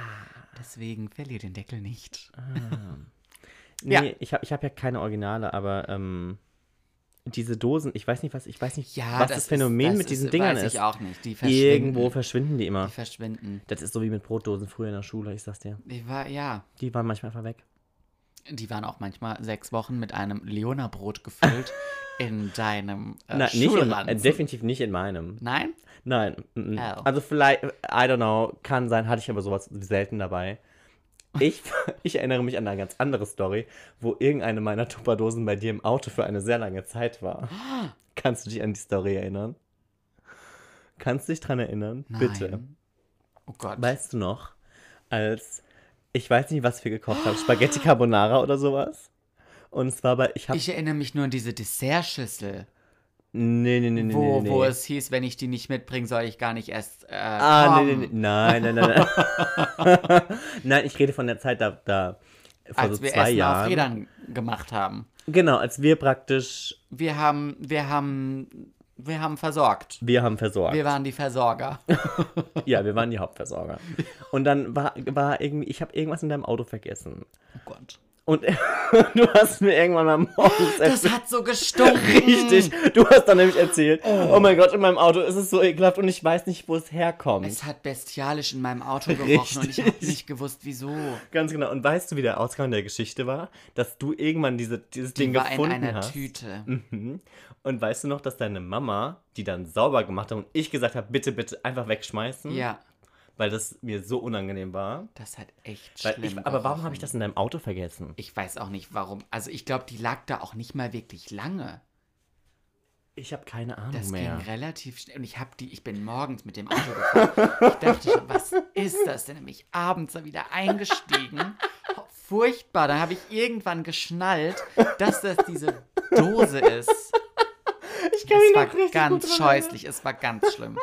[SPEAKER 1] Deswegen verlier den Deckel nicht.
[SPEAKER 2] Nee,
[SPEAKER 1] Ja.
[SPEAKER 2] ich habe ich hab ja keine Originale, aber ähm, diese Dosen, ich weiß nicht, was, ich weiß nicht, was das,
[SPEAKER 1] ist-
[SPEAKER 2] Phänomen
[SPEAKER 1] das
[SPEAKER 2] mit diesen
[SPEAKER 1] ist,
[SPEAKER 2] Dingern
[SPEAKER 1] weiß
[SPEAKER 2] ist.
[SPEAKER 1] ich auch nicht. Die verschwinden.
[SPEAKER 2] Irgendwo verschwinden die immer.
[SPEAKER 1] die verschwinden.
[SPEAKER 2] Das ist so wie mit Brotdosen früher in der Schule, ich sag's dir.
[SPEAKER 1] Ich war, ja,
[SPEAKER 2] Die waren manchmal einfach weg.
[SPEAKER 1] die waren auch manchmal sechs Wochen mit einem Leona-Brot gefüllt in deinem äh,
[SPEAKER 2] Na, nicht in, äh,
[SPEAKER 1] Schulranzen.
[SPEAKER 2] definitiv nicht in meinem.
[SPEAKER 1] Nein?
[SPEAKER 2] Nein. mm, mm.
[SPEAKER 1] Oh.
[SPEAKER 2] Also vielleicht, I don't know, kann sein, hatte ich aber sowas selten dabei. Ich, ich erinnere mich an eine ganz andere Story, wo irgendeine meiner Tupperdosen bei dir im Auto für eine sehr lange Zeit war. Kannst du dich an die Story erinnern? Kannst du dich dran erinnern?
[SPEAKER 1] Nein.
[SPEAKER 2] Bitte.
[SPEAKER 1] Oh Gott.
[SPEAKER 2] Weißt du noch, als ich weiß nicht, was wir gekocht haben, Spaghetti Carbonara oder sowas? Und es war bei, ich hab.
[SPEAKER 1] Ich erinnere mich nur an diese Dessertschüssel,
[SPEAKER 2] nee, nee, nee, nee.
[SPEAKER 1] wo,
[SPEAKER 2] nee, nee.
[SPEAKER 1] wo es hieß, wenn ich die nicht mitbringe, soll ich gar nicht erst äh,
[SPEAKER 2] Ah, nee,
[SPEAKER 1] kommen.
[SPEAKER 2] nee, nee. Nein, nein, nein, nein. nein, ich rede von der Zeit, da, da vor
[SPEAKER 1] Als
[SPEAKER 2] so
[SPEAKER 1] wir
[SPEAKER 2] zwei
[SPEAKER 1] Essen
[SPEAKER 2] Jahren.
[SPEAKER 1] auf Rädern gemacht haben.
[SPEAKER 2] Genau, als wir praktisch,
[SPEAKER 1] Wir haben, wir haben, wir haben versorgt.
[SPEAKER 2] wir haben versorgt.
[SPEAKER 1] Wir waren die Versorger. Oh
[SPEAKER 2] ja, wir waren die Hauptversorger. Und dann war, war irgendwie, ich habe irgendwas in deinem Auto vergessen.
[SPEAKER 1] Oh Gott.
[SPEAKER 2] Und du hast mir irgendwann mal morgens
[SPEAKER 1] Das hat so gestunken.
[SPEAKER 2] Richtig, du hast dann nämlich erzählt, oh. mein Gott, in meinem Auto ist es so ekelhaft und ich weiß nicht, wo es herkommt.
[SPEAKER 1] Es hat bestialisch in meinem Auto gerochen und ich habe
[SPEAKER 2] Richtig.
[SPEAKER 1] nicht gewusst, wieso.
[SPEAKER 2] Ganz genau. Und weißt du, wie der Ausgang der Geschichte war? Dass du irgendwann diese, dieses Ding
[SPEAKER 1] Die war in
[SPEAKER 2] gefunden
[SPEAKER 1] einer
[SPEAKER 2] hast.
[SPEAKER 1] Tüte.
[SPEAKER 2] Mhm. Und weißt du noch, dass deine Mama die dann sauber gemacht hat und ich gesagt habe, bitte, bitte einfach wegschmeißen,
[SPEAKER 1] Ja,
[SPEAKER 2] weil das mir so unangenehm war.
[SPEAKER 1] das hat echt
[SPEAKER 2] Weil
[SPEAKER 1] schlimm
[SPEAKER 2] ich, aber warum
[SPEAKER 1] gerochen.
[SPEAKER 2] habe ich das in deinem Auto vergessen?
[SPEAKER 1] Ich weiß auch nicht, warum. Also ich glaube, die lag da auch nicht mal wirklich lange.
[SPEAKER 2] Ich habe keine Ahnung
[SPEAKER 1] Das
[SPEAKER 2] mehr.
[SPEAKER 1] ging relativ schnell. Und ich habe die, ich bin morgens mit dem Auto gefahren. Ich dachte schon, was ist das denn? Dann bin ich abends da wieder eingestiegen. Oh, Furchtbar. Dann habe ich irgendwann geschnallt, dass das diese Dose ist.
[SPEAKER 2] Ich
[SPEAKER 1] Es
[SPEAKER 2] mich
[SPEAKER 1] war
[SPEAKER 2] noch richtig
[SPEAKER 1] ganz
[SPEAKER 2] gut dran erinnern.
[SPEAKER 1] scheußlich, es war ganz schlimm.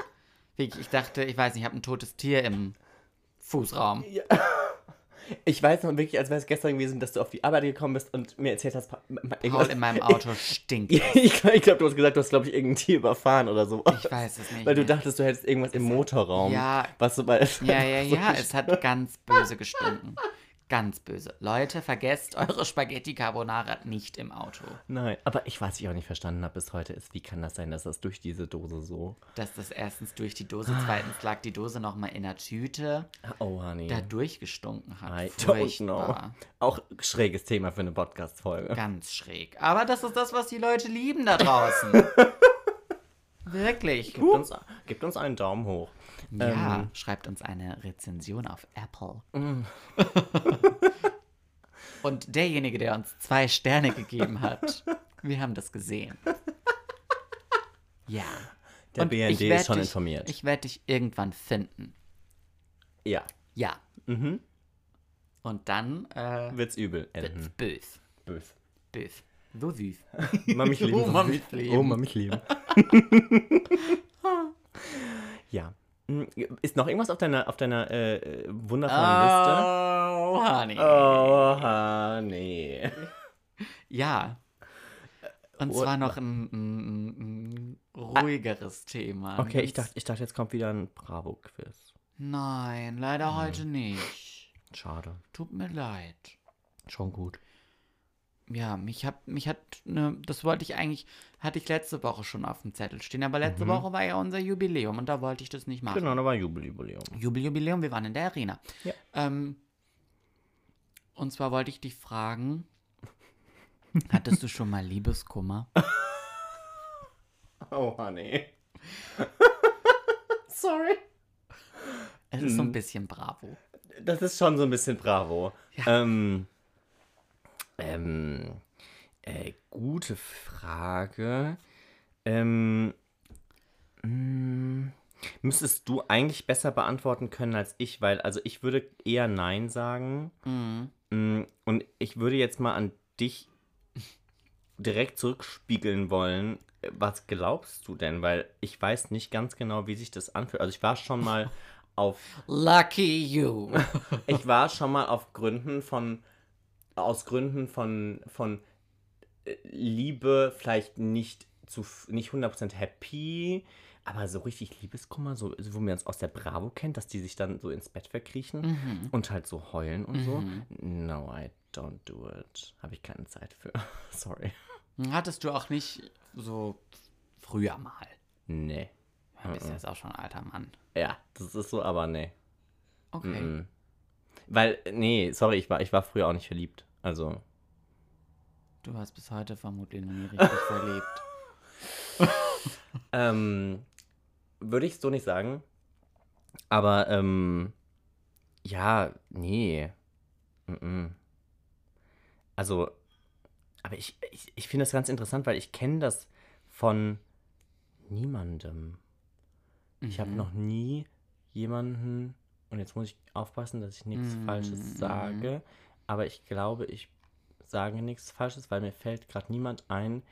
[SPEAKER 1] Wirklich, ich dachte, ich weiß nicht, ich habe ein totes Tier im Fußraum.
[SPEAKER 2] Ich weiß noch wirklich, als wäre es gestern gewesen, dass du auf die Arbeit gekommen bist und mir erzählt hast, pa- ma-
[SPEAKER 1] Paul
[SPEAKER 2] irgendwas-
[SPEAKER 1] in meinem Auto stinkt.
[SPEAKER 2] Ich, ich glaube, du hast gesagt, du hast, glaube ich, irgendein Tier überfahren oder so.
[SPEAKER 1] Ich weiß es nicht.
[SPEAKER 2] Weil du
[SPEAKER 1] mehr.
[SPEAKER 2] dachtest, du hättest irgendwas im Motorraum.
[SPEAKER 1] Ja.
[SPEAKER 2] Was du bei Also
[SPEAKER 1] Ja, ja, ja, es hat ganz böse gestunken. Ganz böse. Leute, vergesst eure Spaghetti Carbonara nicht im Auto.
[SPEAKER 2] Nein, aber ich weiß, ich auch nicht verstanden habe bis heute ist, wie kann das sein, dass das durch diese Dose so.
[SPEAKER 1] Dass das erstens durch die Dose, zweitens lag die Dose nochmal in der Tüte,
[SPEAKER 2] Oh, honey.
[SPEAKER 1] da durchgestunken hat.
[SPEAKER 2] I don't know.
[SPEAKER 1] Furchtbar.
[SPEAKER 2] genau. Auch schräges Thema für eine Podcast-Folge.
[SPEAKER 1] Ganz schräg. Aber das ist das, was die Leute lieben da draußen. Wirklich.
[SPEAKER 2] Gebt uns, gebt uns einen Daumen hoch.
[SPEAKER 1] Ja, Ähm, schreibt uns eine Rezension auf Apple.
[SPEAKER 2] Mm.
[SPEAKER 1] Und derjenige, der uns zwei Sterne gegeben hat, wir haben das gesehen. Ja.
[SPEAKER 2] Der
[SPEAKER 1] Und ich
[SPEAKER 2] BND
[SPEAKER 1] werd
[SPEAKER 2] ist schon
[SPEAKER 1] dich,
[SPEAKER 2] informiert.
[SPEAKER 1] Ich werde dich irgendwann finden.
[SPEAKER 2] ja,
[SPEAKER 1] Ja.
[SPEAKER 2] Mhm.
[SPEAKER 1] Und dann äh,
[SPEAKER 2] wird's übel
[SPEAKER 1] wird's
[SPEAKER 2] enden.
[SPEAKER 1] bös.
[SPEAKER 2] Bös.
[SPEAKER 1] Bös. So süß.
[SPEAKER 2] Mach mich lieben.
[SPEAKER 1] Oh, mach mich lieben.
[SPEAKER 2] Oh, mach mich lieben. ja. Hm, Ist noch irgendwas auf deiner, auf deiner äh, äh, wundervollen Liste?
[SPEAKER 1] Oh, honey.
[SPEAKER 2] Oh, honey.
[SPEAKER 1] Ja. Und
[SPEAKER 2] What-
[SPEAKER 1] zwar noch ein, ein, ein ruhigeres Thema.
[SPEAKER 2] Okay, ich
[SPEAKER 1] Ganz-
[SPEAKER 2] dachte, ich dachte, jetzt kommt wieder ein Bravo-Quiz.
[SPEAKER 1] Nein, leider heute nicht.
[SPEAKER 2] Schade.
[SPEAKER 1] Tut mir leid.
[SPEAKER 2] Schon gut.
[SPEAKER 1] Ja, mich hat, mich hat, ne, das wollte ich eigentlich, hatte ich letzte Woche schon auf dem Zettel stehen, aber letzte Woche war ja unser Jubiläum und da wollte ich das nicht machen.
[SPEAKER 2] Mhm. Genau, da war Jubeljubiläum.
[SPEAKER 1] Jubel, Jubiläum, wir waren in der Arena.
[SPEAKER 2] Ja.
[SPEAKER 1] Ähm, und zwar wollte ich dich fragen, hattest du schon mal Liebeskummer?
[SPEAKER 2] Oh, honey. Sorry.
[SPEAKER 1] Es ist so
[SPEAKER 2] Mhm.
[SPEAKER 1] ein bisschen Bravo.
[SPEAKER 2] Das ist schon so ein bisschen Bravo. Ähm, ähm, äh, gute Frage. Ähm, mh, müsstest du eigentlich besser beantworten können als ich, weil also ich würde eher Nein sagen.
[SPEAKER 1] Mhm.
[SPEAKER 2] Mm, Und ich würde jetzt mal an dich direkt zurückspiegeln wollen. Was glaubst du denn? Weil ich weiß nicht ganz genau, wie sich das anfühlt. Also ich war schon mal auf
[SPEAKER 1] Lucky you.
[SPEAKER 2] ich war schon mal auf Gründen von, aus Gründen von, von äh, Liebe vielleicht nicht zu, f- nicht 100% happy, aber so richtig Liebeskummer, so, so wo man es aus der Bravo kennt, dass die sich dann so ins Bett verkriechen
[SPEAKER 1] Mhm.
[SPEAKER 2] und halt so heulen und so. No, I don't do it. Habe ich keine Zeit für. Sorry.
[SPEAKER 1] Hattest du auch nicht so früher mal?
[SPEAKER 2] Nee.
[SPEAKER 1] Du
[SPEAKER 2] Mhm.
[SPEAKER 1] bist ja jetzt auch schon ein alter Mann.
[SPEAKER 2] Ja, das ist so, aber nee.
[SPEAKER 1] Okay.
[SPEAKER 2] Weil, nee, sorry, ich war, ich war früher auch nicht verliebt. Also,
[SPEAKER 1] Du hast bis heute vermutlich noch nie richtig verliebt.
[SPEAKER 2] Ähm, würde ich so nicht sagen. Aber, ähm, ja, nee. Mhm. Also, aber ich, ich, ich finde das ganz interessant, weil ich kenne das von niemandem. Ich
[SPEAKER 1] Mhm.
[SPEAKER 2] habe noch nie jemanden, und jetzt muss ich aufpassen, dass ich nichts Falsches sage, aber ich glaube, ich sage nichts Falsches, weil mir fällt gerade niemand ein,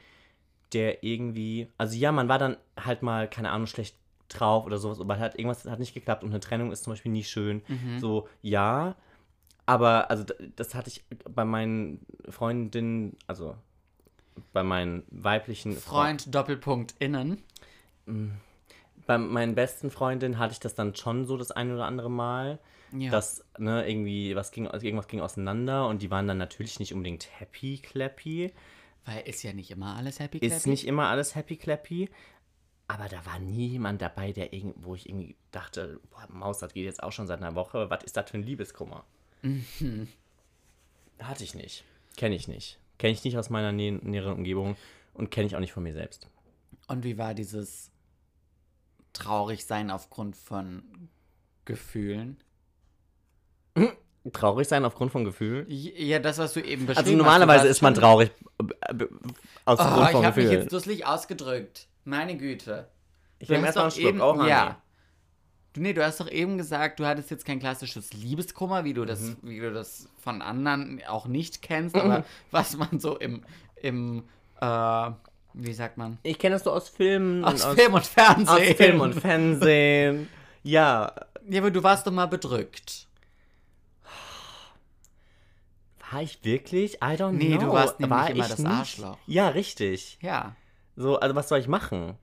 [SPEAKER 2] der irgendwie, also ja, man war dann halt mal, keine Ahnung, schlecht drauf oder sowas, aber hat irgendwas hat nicht geklappt und eine Trennung ist zum Beispiel nie schön. So, ja, aber also d- das hatte ich bei meinen Freundinnen, also bei meinen weiblichen Freunden
[SPEAKER 1] Freund Doppelpunkt innen.
[SPEAKER 2] bei meinen besten Freundinnen hatte ich das dann schon so das ein oder andere Mal,
[SPEAKER 1] Ja.
[SPEAKER 2] dass ne, irgendwie was ging, also irgendwas ging auseinander und die waren dann natürlich nicht unbedingt happy clappy.
[SPEAKER 1] Weil ist ja nicht immer alles happy
[SPEAKER 2] Ist
[SPEAKER 1] clappy.
[SPEAKER 2] nicht immer alles happy clappy, aber da war niemand dabei, der irgend, wo ich irgendwie dachte, boah, Maus, das geht jetzt auch schon seit einer Woche, was ist das für ein Liebeskummer?
[SPEAKER 1] Mhm.
[SPEAKER 2] Hatte ich nicht. Kenne ich nicht. Kenne ich nicht aus meiner nä näheren Umgebung und kenne ich auch nicht von mir selbst.
[SPEAKER 1] Und wie war dieses traurig sein aufgrund von Gefühlen?
[SPEAKER 2] Traurig sein aufgrund von Gefühlen?
[SPEAKER 1] Ja, das, was du eben beschrieben
[SPEAKER 2] Also
[SPEAKER 1] hast,
[SPEAKER 2] normalerweise
[SPEAKER 1] du
[SPEAKER 2] ist man
[SPEAKER 1] warst
[SPEAKER 2] traurig äh, b- aus
[SPEAKER 1] schon-
[SPEAKER 2] Grund
[SPEAKER 1] Oh,
[SPEAKER 2] von
[SPEAKER 1] ich habe mich
[SPEAKER 2] Gefühlen.
[SPEAKER 1] jetzt dusselig ausgedrückt. Meine Güte.
[SPEAKER 2] Ich
[SPEAKER 1] Du
[SPEAKER 2] nehme
[SPEAKER 1] hast
[SPEAKER 2] erstmal einen
[SPEAKER 1] doch
[SPEAKER 2] Schluck.
[SPEAKER 1] eben-
[SPEAKER 2] auch an.
[SPEAKER 1] ja. Du, nee, du hast doch eben gesagt, du hattest jetzt kein klassisches Liebeskummer, wie du das,
[SPEAKER 2] Mhm.
[SPEAKER 1] wie du das von anderen auch nicht kennst, aber was man so im, im äh, wie sagt man,
[SPEAKER 2] Ich kenne das so aus Filmen.
[SPEAKER 1] aus,
[SPEAKER 2] und
[SPEAKER 1] Film und Fernsehen.
[SPEAKER 2] aus Film und Fernsehen. ja.
[SPEAKER 1] Ja, aber du warst doch mal bedrückt.
[SPEAKER 2] War ich wirklich? I don't
[SPEAKER 1] Nee,
[SPEAKER 2] know.
[SPEAKER 1] du warst nämlich
[SPEAKER 2] War
[SPEAKER 1] immer
[SPEAKER 2] ich
[SPEAKER 1] das
[SPEAKER 2] nicht?
[SPEAKER 1] Arschloch.
[SPEAKER 2] Ja, richtig.
[SPEAKER 1] Ja.
[SPEAKER 2] So, also was soll ich machen?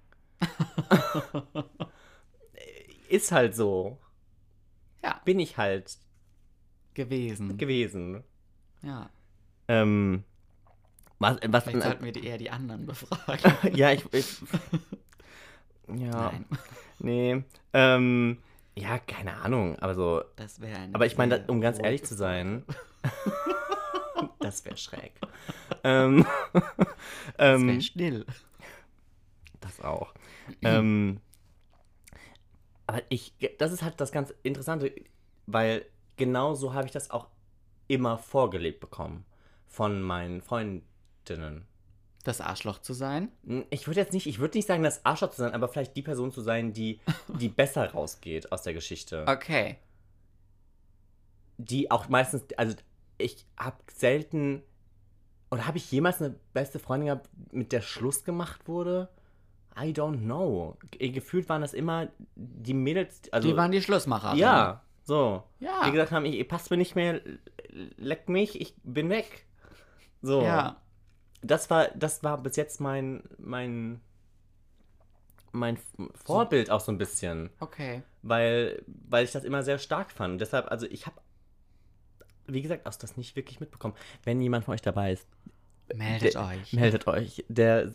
[SPEAKER 2] Ist halt so.
[SPEAKER 1] Ja.
[SPEAKER 2] Bin ich halt.
[SPEAKER 1] gewesen.
[SPEAKER 2] gewesen.
[SPEAKER 1] Ja.
[SPEAKER 2] Ähm, was, was
[SPEAKER 1] Vielleicht sollten wir die, eher die anderen befragen.
[SPEAKER 2] ja, ich, ich ja,
[SPEAKER 1] Nein,
[SPEAKER 2] nee, ähm, ja, keine Ahnung, aber so,
[SPEAKER 1] das wäre ein.
[SPEAKER 2] aber ich meine, da- um
[SPEAKER 1] Oh,
[SPEAKER 2] ganz ehrlich zu sein, das wäre schräg. ähm,
[SPEAKER 1] Das
[SPEAKER 2] ähm,
[SPEAKER 1] wäre schnell.
[SPEAKER 2] Das auch. ähm, aber ich, das ist halt das ganz Interessante, weil genau so habe ich das auch immer vorgelebt bekommen von meinen Freundinnen. Hm,
[SPEAKER 1] Das Arschloch zu sein.
[SPEAKER 2] Ich würde jetzt nicht, ich würde nicht sagen, das Arschloch zu sein, aber vielleicht die Person zu sein, die, die besser rausgeht aus der Geschichte.
[SPEAKER 1] Ah, Okay.
[SPEAKER 2] Die auch meistens, also ich habe selten, oder habe ich jemals eine beste Freundin gehabt, mit der Schluss gemacht wurde? I don't know. Ge- Gefühlt waren das immer die Mädels, also
[SPEAKER 1] die waren die Schlussmacher. ne?
[SPEAKER 2] ja, so.
[SPEAKER 1] Ja.
[SPEAKER 2] Die gesagt haben, ich, ihr passt mir nicht mehr, leck mich, ich bin weg. So.
[SPEAKER 1] Ja.
[SPEAKER 2] Das war, das war bis jetzt mein, mein, mein F- Vorbild auch so ein bisschen,
[SPEAKER 1] Okay.
[SPEAKER 2] weil, weil ich das immer sehr stark fand. Deshalb, also ich habe, wie gesagt, auch das nicht wirklich mitbekommen. Wenn jemand von euch dabei ist,
[SPEAKER 1] Meldet
[SPEAKER 2] Der-
[SPEAKER 1] euch.
[SPEAKER 2] meldet euch. Der,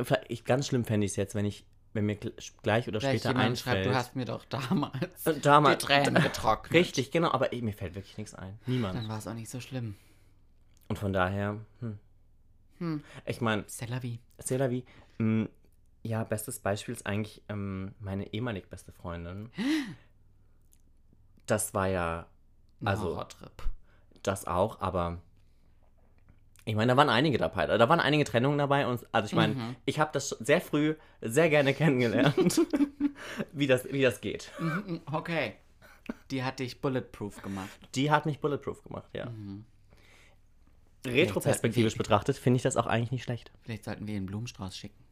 [SPEAKER 2] vielleicht, ich, ganz schlimm fände ich es jetzt, wenn ich, wenn mir gl- gleich oder
[SPEAKER 1] Vielleicht
[SPEAKER 2] später
[SPEAKER 1] jemand
[SPEAKER 2] einfällt.
[SPEAKER 1] schreibt, du hast mir doch damals
[SPEAKER 2] Und damals-
[SPEAKER 1] die Tränen getrocknet.
[SPEAKER 2] Richtig, genau, aber ich, mir fällt wirklich nichts ein. Niemand.
[SPEAKER 1] Dann war es auch nicht so schlimm.
[SPEAKER 2] Und von daher, hm.
[SPEAKER 1] Hm.
[SPEAKER 2] ich meine,
[SPEAKER 1] C'est la vie.
[SPEAKER 2] Sela wie, hm, ja, bestes Beispiel ist eigentlich ähm, meine ehemalig beste Freundin. Das war ja
[SPEAKER 1] Ein
[SPEAKER 2] Also-
[SPEAKER 1] Horrortrip.
[SPEAKER 2] das auch, aber ich meine, da waren einige dabei. Da waren einige Trennungen dabei. Und, also ich meine,
[SPEAKER 1] Mhm.
[SPEAKER 2] ich habe das schon sehr früh sehr gerne kennengelernt, wie, das, wie das geht.
[SPEAKER 1] Mhm, Okay. Die hat dich bulletproof gemacht.
[SPEAKER 2] Die hat mich bulletproof gemacht, ja.
[SPEAKER 1] Mhm.
[SPEAKER 2] Retroperspektivisch betrachtet finde ich das auch eigentlich nicht schlecht.
[SPEAKER 1] Vielleicht sollten wir ihr einen Blumenstrauß schicken.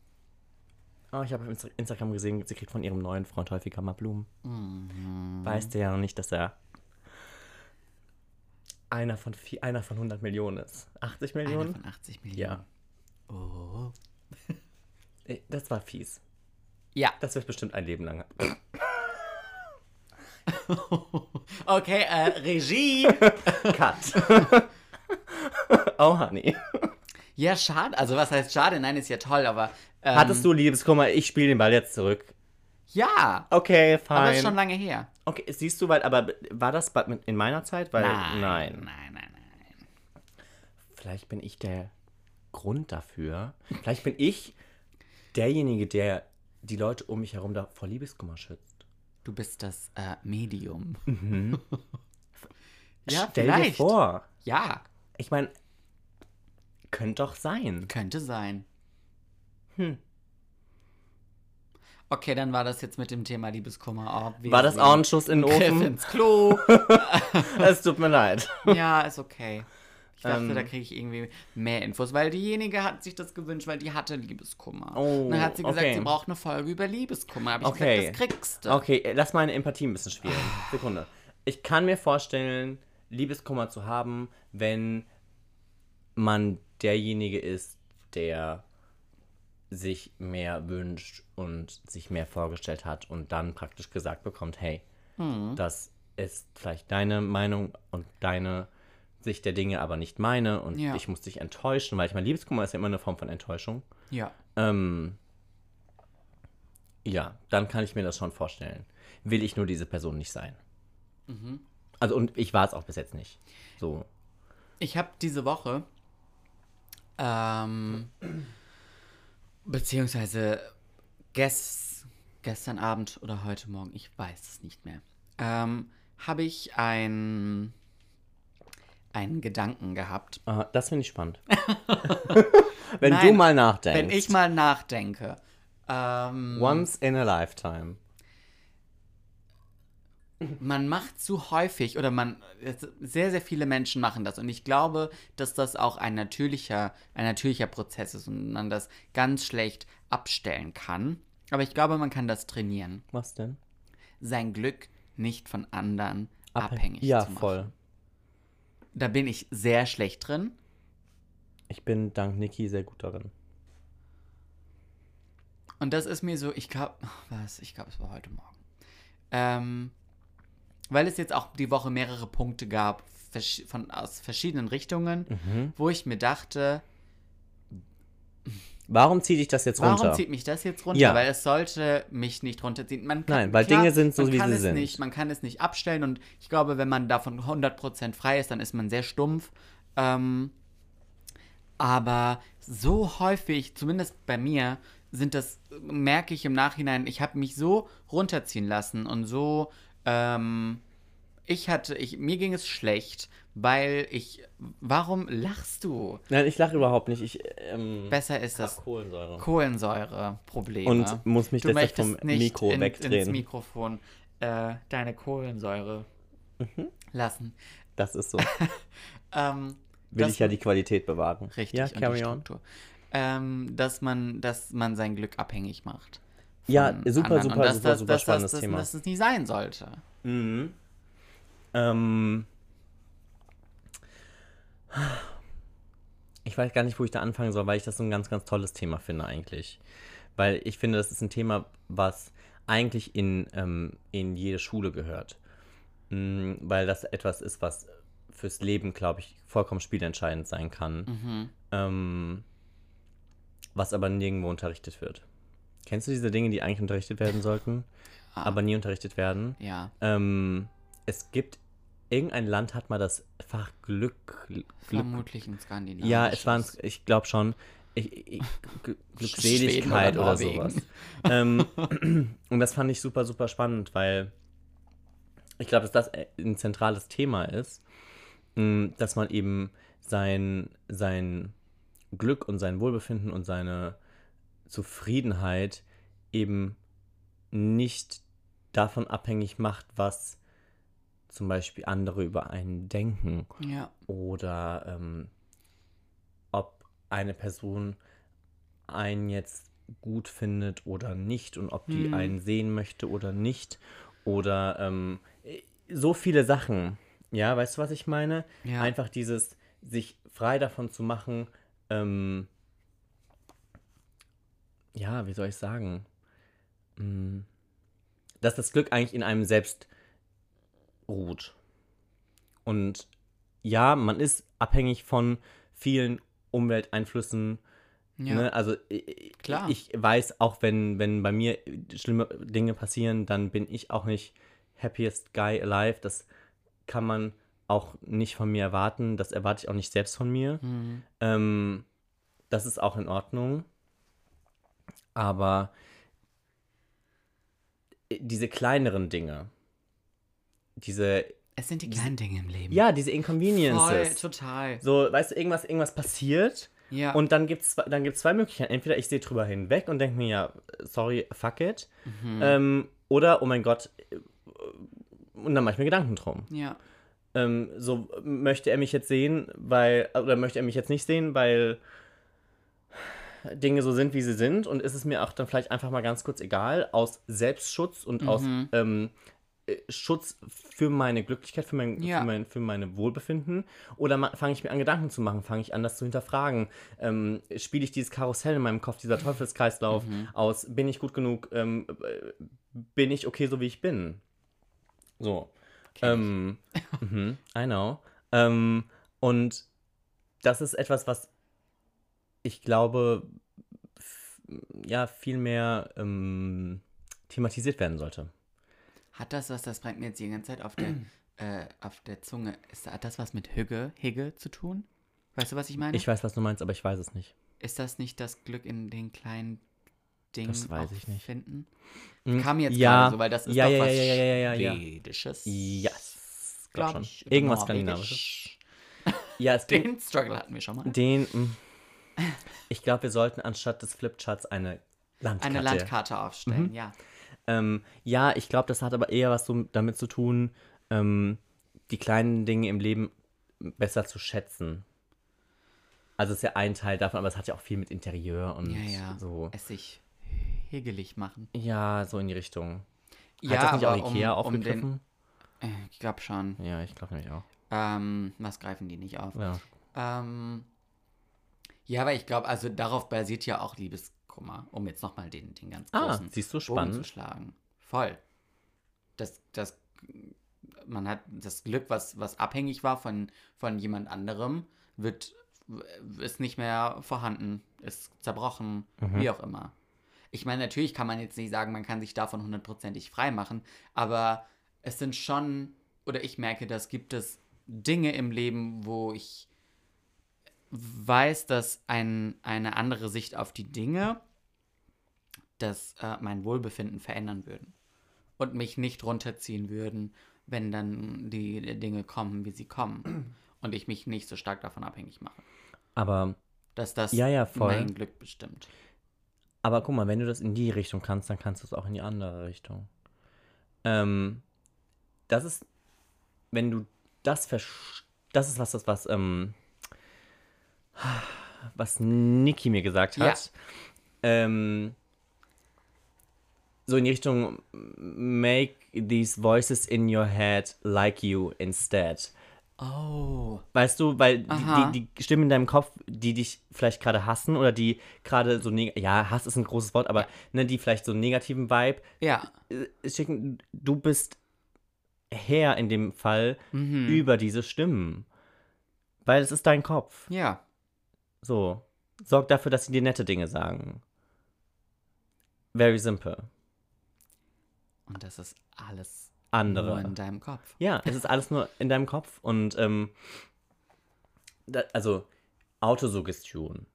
[SPEAKER 2] Oh, ich habe auf Insta Instagram gesehen, sie kriegt von ihrem neuen Freund häufiger mal Blumen.
[SPEAKER 1] Mhm.
[SPEAKER 2] Weiß der ja noch nicht, dass er einer von, vi- einer von 100 Millionen ist. 80
[SPEAKER 1] Einer
[SPEAKER 2] Millionen?
[SPEAKER 1] von 80
[SPEAKER 2] Ja.
[SPEAKER 1] Millionen. Ja. Oh.
[SPEAKER 2] Äh, Das war fies.
[SPEAKER 1] Ja.
[SPEAKER 2] Das wird bestimmt ein Leben lang.
[SPEAKER 1] Okay, äh, Regie.
[SPEAKER 2] Cut. oh, Honey.
[SPEAKER 1] ja, schade. Also, was heißt schade? Nein, ist ja toll, aber. Ähm,
[SPEAKER 2] Hattest du Liebeskummer? Ich spiele den Ball jetzt zurück.
[SPEAKER 1] Ja.
[SPEAKER 2] Okay,
[SPEAKER 1] Aber ist schon
[SPEAKER 2] fine.
[SPEAKER 1] lange her.
[SPEAKER 2] Okay, siehst du, weil, aber war das bei- in meiner Zeit? Weil,
[SPEAKER 1] Nein, nein, nein. nein.
[SPEAKER 2] Vielleicht bin ich der Grund dafür. Vielleicht bin ich derjenige, der die Leute um mich herum da vor Liebeskummer schützt.
[SPEAKER 1] Du bist das äh, Medium.
[SPEAKER 2] Mhm. Stell dir vor.
[SPEAKER 1] Ja,
[SPEAKER 2] Ich meine, könnte doch sein.
[SPEAKER 1] könnte sein.
[SPEAKER 2] Hm.
[SPEAKER 1] Okay, dann war das jetzt mit dem Thema Liebeskummer. Oh,
[SPEAKER 2] War das auch ein Schuss in den
[SPEAKER 1] Griff
[SPEAKER 2] Ofen?
[SPEAKER 1] ins Klo?
[SPEAKER 2] es tut mir leid.
[SPEAKER 1] ja, ist okay. Ich dachte,
[SPEAKER 2] Ähm.
[SPEAKER 1] da kriege ich irgendwie mehr Infos, weil diejenige hat sich das gewünscht, weil die hatte Liebeskummer.
[SPEAKER 2] Oh,
[SPEAKER 1] Und dann hat sie gesagt,
[SPEAKER 2] okay.
[SPEAKER 1] sie braucht eine Folge über Liebeskummer. Hab ich
[SPEAKER 2] Okay.
[SPEAKER 1] gesagt, das kriegst du.
[SPEAKER 2] Okay, äh, lass meine Empathie ein bisschen spielen. Sekunde. Ich kann mir vorstellen, Liebeskummer zu haben, wenn man derjenige ist, der sich mehr wünscht und sich mehr vorgestellt hat und dann praktisch gesagt bekommt, hey, das ist vielleicht deine Meinung und deine Sicht der Dinge, aber nicht meine und
[SPEAKER 1] Ja.
[SPEAKER 2] ich muss dich enttäuschen, weil ich meine, Liebeskummer ist ja immer eine Form von Enttäuschung.
[SPEAKER 1] Ja.
[SPEAKER 2] Ähm, ja, dann kann ich mir das schon vorstellen. Will ich nur diese Person nicht sein.
[SPEAKER 1] Mhm.
[SPEAKER 2] Also, und ich war es auch bis jetzt nicht. So.
[SPEAKER 1] Ich habe diese Woche, ähm, beziehungsweise ges gestern Abend oder heute Morgen, ich weiß es nicht mehr, ähm, habe ich ein, einen Gedanken gehabt.
[SPEAKER 2] Ah, das finde ich spannend. wenn du
[SPEAKER 1] Nein,
[SPEAKER 2] mal nachdenkst.
[SPEAKER 1] Wenn ich mal nachdenke, ähm,
[SPEAKER 2] Once in a lifetime.
[SPEAKER 1] man macht zu häufig oder man es- sehr sehr viele Menschen machen das und ich glaube, dass das auch ein natürlicher ein natürlicher Prozess ist und man das ganz schlecht abstellen kann, aber ich glaube, man kann das trainieren,
[SPEAKER 2] Was denn?
[SPEAKER 1] sein Glück nicht von anderen
[SPEAKER 2] Abhäng-
[SPEAKER 1] abhängig
[SPEAKER 2] Ja,
[SPEAKER 1] zu machen.
[SPEAKER 2] voll.
[SPEAKER 1] Da bin ich sehr schlecht drin.
[SPEAKER 2] Ich bin dank Niki sehr gut darin.
[SPEAKER 1] Und das ist mir so, ich glaube, was, ich glaube, es war heute Morgen. Ähm, weil es jetzt auch die Woche mehrere Punkte gab, versch- von, aus verschiedenen Richtungen,
[SPEAKER 2] Mhm.
[SPEAKER 1] wo ich mir dachte,
[SPEAKER 2] Warum zieht dich das jetzt
[SPEAKER 1] warum
[SPEAKER 2] runter?
[SPEAKER 1] zieht mich das jetzt runter?
[SPEAKER 2] Ja.
[SPEAKER 1] Weil es sollte mich nicht runterziehen. Man kann,
[SPEAKER 2] Nein, weil Dinge sind so,
[SPEAKER 1] man
[SPEAKER 2] wie
[SPEAKER 1] kann
[SPEAKER 2] sie
[SPEAKER 1] es
[SPEAKER 2] sind.
[SPEAKER 1] Nicht, man kann es nicht abstellen und ich glaube, wenn man davon 100% frei ist, dann ist man sehr stumpf. Ähm, aber so häufig, zumindest bei mir, sind das, merke ich im Nachhinein, ich habe mich so runterziehen lassen und so, ähm, ich hatte, ich, mir ging es schlecht, weil ich, warum lachst du?
[SPEAKER 2] Nein, ich lache überhaupt nicht. Ich ähm,
[SPEAKER 1] Besser ist das
[SPEAKER 2] Kohlensäure.
[SPEAKER 1] Kohlensäureprobleme.
[SPEAKER 2] Und muss mich
[SPEAKER 1] du
[SPEAKER 2] deshalb
[SPEAKER 1] möchtest
[SPEAKER 2] vom
[SPEAKER 1] nicht
[SPEAKER 2] Mikro
[SPEAKER 1] in, ins
[SPEAKER 2] wegdrehen.
[SPEAKER 1] Mikrofon äh, deine Kohlensäure
[SPEAKER 2] Mhm.
[SPEAKER 1] lassen.
[SPEAKER 2] das ist so.
[SPEAKER 1] Ähm,
[SPEAKER 2] Will
[SPEAKER 1] dass
[SPEAKER 2] ich ja
[SPEAKER 1] man-
[SPEAKER 2] die Qualität bewahren.
[SPEAKER 1] richtig
[SPEAKER 2] ja,
[SPEAKER 1] und die
[SPEAKER 2] carry on.
[SPEAKER 1] Struktur. Ähm, dass man, dass man sein Glück abhängig macht.
[SPEAKER 2] Ja,
[SPEAKER 1] von
[SPEAKER 2] super,
[SPEAKER 1] anderen.
[SPEAKER 2] super,
[SPEAKER 1] und dass,
[SPEAKER 2] super,
[SPEAKER 1] das-
[SPEAKER 2] super
[SPEAKER 1] dass,
[SPEAKER 2] spannendes
[SPEAKER 1] das,
[SPEAKER 2] Thema.
[SPEAKER 1] Dass, dass es nicht sein sollte.
[SPEAKER 2] Mhm. Ähm. Ich weiß gar nicht, wo ich da anfangen soll, weil ich das so ein ganz, ganz tolles Thema finde eigentlich. Weil ich finde, das ist ein Thema, was eigentlich in, ähm, in jede Schule gehört. Mm, Weil das etwas ist, was fürs Leben, glaube ich, vollkommen spielentscheidend sein kann. Ähm, was aber nirgendwo unterrichtet wird. Kennst du diese Dinge, die eigentlich unterrichtet werden sollten,
[SPEAKER 1] Ah,
[SPEAKER 2] aber nie unterrichtet werden?
[SPEAKER 1] ja.
[SPEAKER 2] Ähm, es gibt, irgendein Land hat mal das Fach Glück. Glück
[SPEAKER 1] Vermutlich in Skandinavien.
[SPEAKER 2] ja, es waren, ich glaube schon, ich, ich, Gl- Glückseligkeit
[SPEAKER 1] Schweden
[SPEAKER 2] oder,
[SPEAKER 1] oder
[SPEAKER 2] sowas.
[SPEAKER 1] Norwegen.
[SPEAKER 2] ähm, und das fand ich super, super spannend, weil ich glaube, dass das äh, ein zentrales Thema ist, mh, dass man eben sein, sein Glück und sein Wohlbefinden und seine Zufriedenheit eben nicht davon abhängig macht, was zum Beispiel andere über einen denken
[SPEAKER 1] Ja,
[SPEAKER 2] oder ähm, ob eine Person einen jetzt gut findet oder nicht und ob die
[SPEAKER 1] Hm.
[SPEAKER 2] einen sehen möchte oder nicht oder ähm, so viele Sachen. Ja, weißt du, was ich meine?
[SPEAKER 1] ja.
[SPEAKER 2] Einfach dieses, sich frei davon zu machen, ähm, ja, wie soll ich sagen? Mm, Dass das Glück eigentlich in einem selbst ruht. Und ja, man ist abhängig von vielen Umwelteinflüssen.
[SPEAKER 1] ja.
[SPEAKER 2] Ne? Also ich,
[SPEAKER 1] Klar.
[SPEAKER 2] ich weiß, auch wenn, wenn bei mir schlimme Dinge passieren, dann bin ich auch nicht happiest guy alive. Das kann man auch nicht von mir erwarten. Das erwarte ich auch nicht selbst von mir.
[SPEAKER 1] Mhm.
[SPEAKER 2] Ähm, das ist auch in Ordnung. Aber diese kleineren Dinge, diese,
[SPEAKER 1] Es sind die kleinen Dinge im Leben.
[SPEAKER 2] ja, diese
[SPEAKER 1] Voll,
[SPEAKER 2] Inconveniences.
[SPEAKER 1] total.
[SPEAKER 2] so, weißt du, irgendwas, irgendwas passiert
[SPEAKER 1] Ja.
[SPEAKER 2] und dann gibt es dann gibt's zwei Möglichkeiten. Entweder ich sehe drüber hinweg und denke mir, ja, sorry, fuck it.
[SPEAKER 1] mhm.
[SPEAKER 2] Ähm, oder, oh mein Gott, äh, und dann mache ich mir Gedanken drum
[SPEAKER 1] ja.
[SPEAKER 2] ähm, so möchte er mich jetzt sehen, weil, oder möchte er mich jetzt nicht sehen, weil Dinge so sind, wie sie sind und ist es mir auch dann vielleicht einfach mal ganz kurz egal, aus Selbstschutz und aus ähm, äh, Schutz für meine Glücklichkeit, für mein,
[SPEAKER 1] Ja.
[SPEAKER 2] für mein, für meine Wohlbefinden oder ma- fange ich mir an Gedanken zu machen, fange ich an, das zu hinterfragen, ähm, spiele ich dieses Karussell in meinem Kopf, dieser Teufelskreislauf aus, bin ich gut genug, ähm, äh, bin ich okay, so wie ich bin. So. Ähm, mhm, I know. Ähm, und das ist etwas, was ich glaube, f- ja, viel mehr ähm, thematisiert werden sollte.
[SPEAKER 1] Hat das was, das brennt mir jetzt die ganze Zeit auf der, äh, auf der Zunge. Ist, hat das was mit Hügge, Higge zu tun? Weißt du, was ich meine?
[SPEAKER 2] Ich weiß, was du meinst, aber ich weiß es nicht.
[SPEAKER 1] ist das nicht das Glück in den kleinen Dingen
[SPEAKER 2] Das weiß
[SPEAKER 1] auch
[SPEAKER 2] ich nicht.
[SPEAKER 1] finden?
[SPEAKER 2] Mhm.
[SPEAKER 1] Kam mir jetzt
[SPEAKER 2] Ja.
[SPEAKER 1] gerade so, weil das ist
[SPEAKER 2] Ja,
[SPEAKER 1] doch
[SPEAKER 2] ja,
[SPEAKER 1] was
[SPEAKER 2] ja, ja, ja, ja, ja.
[SPEAKER 1] Schwedisches.
[SPEAKER 2] Yes. Glaub
[SPEAKER 1] Glaub
[SPEAKER 2] schon.
[SPEAKER 1] ich. oder
[SPEAKER 2] Irgendwas Skandinavisches.
[SPEAKER 1] Norwegisch.
[SPEAKER 2] Ja, es gibt
[SPEAKER 1] Den Struggle hatten wir schon mal.
[SPEAKER 2] den. mm. ich glaube, wir sollten anstatt des Flipcharts eine Landkarte.
[SPEAKER 1] Eine Landkarte aufstellen,
[SPEAKER 2] Mhm.
[SPEAKER 1] ja.
[SPEAKER 2] Ähm, ja, ich glaube, das hat aber eher was so damit zu tun, ähm, die kleinen Dinge im Leben besser zu schätzen. Also ist ja ein Teil davon, aber es hat ja auch viel mit Interieur und
[SPEAKER 1] Ja, ja.
[SPEAKER 2] so.
[SPEAKER 1] Es sich hegelig machen.
[SPEAKER 2] Ja, so in die Richtung. Hat
[SPEAKER 1] ja,
[SPEAKER 2] das nicht
[SPEAKER 1] aber
[SPEAKER 2] auch Ikea
[SPEAKER 1] um, um den,
[SPEAKER 2] aufgegriffen?
[SPEAKER 1] äh, Ich glaube schon.
[SPEAKER 2] ja, ich glaube nämlich auch.
[SPEAKER 1] Ähm, was greifen die nicht auf?
[SPEAKER 2] Ja.
[SPEAKER 1] Ähm, ja, aber ich glaube, also darauf basiert ja auch Liebeskummer, um jetzt nochmal den, den ganz
[SPEAKER 2] Ah,
[SPEAKER 1] großen
[SPEAKER 2] siehst du,
[SPEAKER 1] Bogen zu
[SPEAKER 2] spannend.
[SPEAKER 1] schlagen. Voll. Das, das man hat das Glück, was, was abhängig war von, von jemand anderem, wird, ist nicht mehr vorhanden, ist zerbrochen,
[SPEAKER 2] Mhm.
[SPEAKER 1] wie auch immer. Ich meine, natürlich kann man jetzt nicht sagen, man kann sich davon hundertprozentig frei machen, aber es sind schon, oder ich merke, das gibt es Dinge im Leben, wo ich weiß, dass ein, eine andere Sicht auf die Dinge das äh, mein Wohlbefinden verändern würden und mich nicht runterziehen würden, wenn dann die Dinge kommen, wie sie kommen und ich mich nicht so stark davon abhängig mache,
[SPEAKER 2] Aber,
[SPEAKER 1] dass das
[SPEAKER 2] ja, ja, voll.
[SPEAKER 1] mein Glück bestimmt.
[SPEAKER 2] Aber guck mal, wenn du das in die Richtung kannst, dann kannst du es auch in die andere Richtung. Ähm, das ist, wenn du das verstehst, das ist was, das was, ähm, was Niki mir gesagt
[SPEAKER 1] Ja.
[SPEAKER 2] hat. Ähm, so in die Richtung, make these voices in your head like you instead.
[SPEAKER 1] Oh,
[SPEAKER 2] Weißt du, weil die,
[SPEAKER 1] Aha.
[SPEAKER 2] die, die Stimmen in deinem Kopf, die dich vielleicht gerade hassen oder die gerade so, neg ja, Hass ist ein großes Wort, aber ne, die vielleicht so einen negativen Vibe
[SPEAKER 1] ja,
[SPEAKER 2] äh, schicken, du bist Herr in dem Fall
[SPEAKER 1] mhm.
[SPEAKER 2] über diese Stimmen. Weil es ist dein Kopf.
[SPEAKER 1] ja,
[SPEAKER 2] So. Sorg dafür, dass sie dir nette Dinge sagen. Very simple.
[SPEAKER 1] und das ist alles
[SPEAKER 2] Andere.
[SPEAKER 1] nur in deinem Kopf.
[SPEAKER 2] Ja, es ist alles nur in deinem Kopf. Und ähm, da, also Autosuggestion,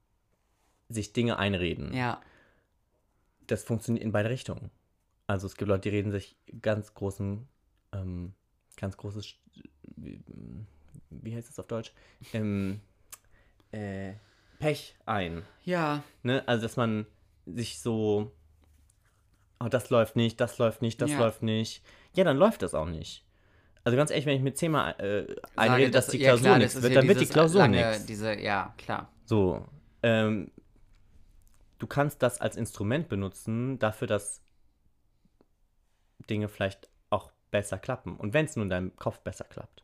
[SPEAKER 2] sich Dinge einreden,
[SPEAKER 1] Ja,
[SPEAKER 2] das funktioniert in beide Richtungen. Also es gibt Leute, die reden sich ganz großen, ähm, ganz großes, Sch- wie, wie heißt das auf Deutsch? Ähm, äh, Pech ein.
[SPEAKER 1] ja,
[SPEAKER 2] Ne? Also dass man sich so, oh, das läuft nicht, das läuft nicht, das
[SPEAKER 1] Ja.
[SPEAKER 2] läuft nicht. Ja, dann läuft das auch nicht. Also ganz ehrlich, wenn ich mir zehnmal äh, einrede,
[SPEAKER 1] Sage,
[SPEAKER 2] dass
[SPEAKER 1] das-
[SPEAKER 2] die
[SPEAKER 1] ja,
[SPEAKER 2] Klausur
[SPEAKER 1] klar, das
[SPEAKER 2] nichts
[SPEAKER 1] ist
[SPEAKER 2] wird,
[SPEAKER 1] ja
[SPEAKER 2] dann wird die
[SPEAKER 1] dieses
[SPEAKER 2] Klausur
[SPEAKER 1] lange-
[SPEAKER 2] nichts.
[SPEAKER 1] Diese, ja, klar.
[SPEAKER 2] So, ähm, du kannst das als Instrument benutzen, dafür, dass Dinge vielleicht auch besser klappen. Und wenn es nun in deinem Kopf besser klappt.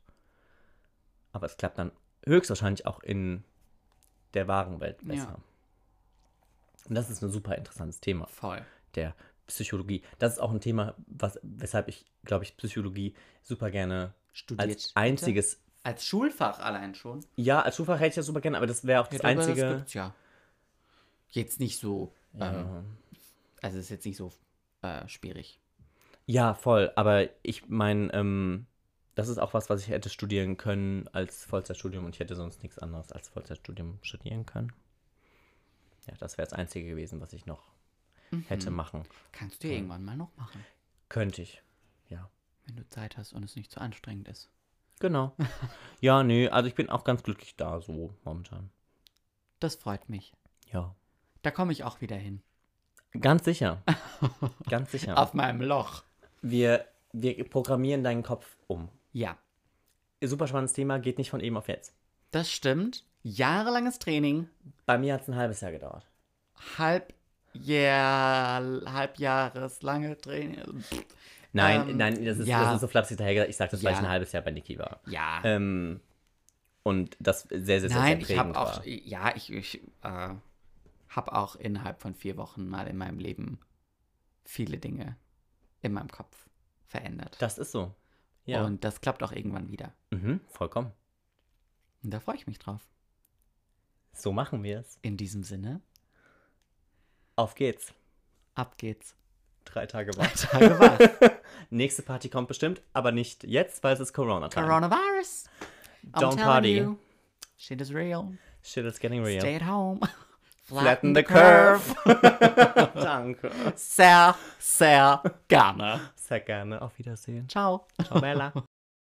[SPEAKER 2] Aber es klappt dann höchstwahrscheinlich auch in der wahren Welt
[SPEAKER 1] Ja.
[SPEAKER 2] besser. Und das ist ein super interessantes Thema
[SPEAKER 1] Voll.
[SPEAKER 2] der Psychologie. Das ist auch ein Thema, was, weshalb ich, glaube ich, Psychologie super gerne
[SPEAKER 1] Studiert.
[SPEAKER 2] als
[SPEAKER 1] bitte?
[SPEAKER 2] einziges.
[SPEAKER 1] Als Schulfach allein schon.
[SPEAKER 2] Ja, als Schulfach hätte ich das super gerne, aber das wäre auch das
[SPEAKER 1] Ja, aber
[SPEAKER 2] einzige.
[SPEAKER 1] Das gibt's ja. Jetzt nicht so. Ähm,
[SPEAKER 2] ja.
[SPEAKER 1] also ist jetzt nicht so äh, schwierig.
[SPEAKER 2] Ja, voll. Aber ich meine, ähm, das ist auch was, was ich hätte studieren können als Vollzeitstudium und ich hätte sonst nichts anderes als Vollzeitstudium studieren können. Ja, das wäre das Einzige gewesen, was ich noch hätte machen.
[SPEAKER 1] Kannst du ja irgendwann mal noch machen,
[SPEAKER 2] Könnte ich. Ja.
[SPEAKER 1] wenn du Zeit hast und es nicht zu anstrengend ist.
[SPEAKER 2] Genau. ja, nee, also ich bin auch ganz glücklich da so momentan.
[SPEAKER 1] Das freut mich.
[SPEAKER 2] Ja.
[SPEAKER 1] Da komme ich auch wieder hin.
[SPEAKER 2] Ganz sicher. ganz sicher.
[SPEAKER 1] Auf meinem Loch.
[SPEAKER 2] wir, wir programmieren deinen Kopf um.
[SPEAKER 1] Ja,
[SPEAKER 2] Super spannendes Thema, geht nicht von eben auf jetzt.
[SPEAKER 1] das stimmt. Jahrelanges Training,
[SPEAKER 2] Bei mir hat es ein halbes Jahr gedauert.
[SPEAKER 1] halbjahr, halbjahreslange Training.
[SPEAKER 2] Nein,
[SPEAKER 1] Ähm,
[SPEAKER 2] nein, das ist,
[SPEAKER 1] ja.
[SPEAKER 2] das ist so flapsig dahergesagt. Ich sag das, weil
[SPEAKER 1] Ja.
[SPEAKER 2] ich ein halbes Jahr bei Niki war.
[SPEAKER 1] Ja.
[SPEAKER 2] Ähm, und das sehr, sehr, sehr,
[SPEAKER 1] Nein,
[SPEAKER 2] sehr
[SPEAKER 1] ich habe
[SPEAKER 2] prägend
[SPEAKER 1] auch,
[SPEAKER 2] war.
[SPEAKER 1] ja, ich, ich äh, habe auch innerhalb von vier Wochen mal in meinem Leben viele Dinge in meinem Kopf verändert.
[SPEAKER 2] Das ist so. Ja.
[SPEAKER 1] Und das klappt auch irgendwann wieder.
[SPEAKER 2] Mhm, vollkommen.
[SPEAKER 1] Und da freue ich mich drauf.
[SPEAKER 2] So machen wir es.
[SPEAKER 1] In diesem Sinne,
[SPEAKER 2] Auf geht's.
[SPEAKER 1] ab geht's.
[SPEAKER 2] Drei Tage war.
[SPEAKER 1] Tage war's.
[SPEAKER 2] Nächste Party kommt bestimmt, aber nicht jetzt, weil es ist Corona. -Time.
[SPEAKER 1] Coronavirus. I'm
[SPEAKER 2] Don't
[SPEAKER 1] telling
[SPEAKER 2] party.
[SPEAKER 1] you, shit is real.
[SPEAKER 2] Shit is getting real.
[SPEAKER 1] Stay at home.
[SPEAKER 2] Flatten the curve. Danke.
[SPEAKER 1] Sehr, sehr gerne.
[SPEAKER 2] Sehr gerne. Auf Wiedersehen.
[SPEAKER 1] Ciao.
[SPEAKER 2] Ciao, Bella.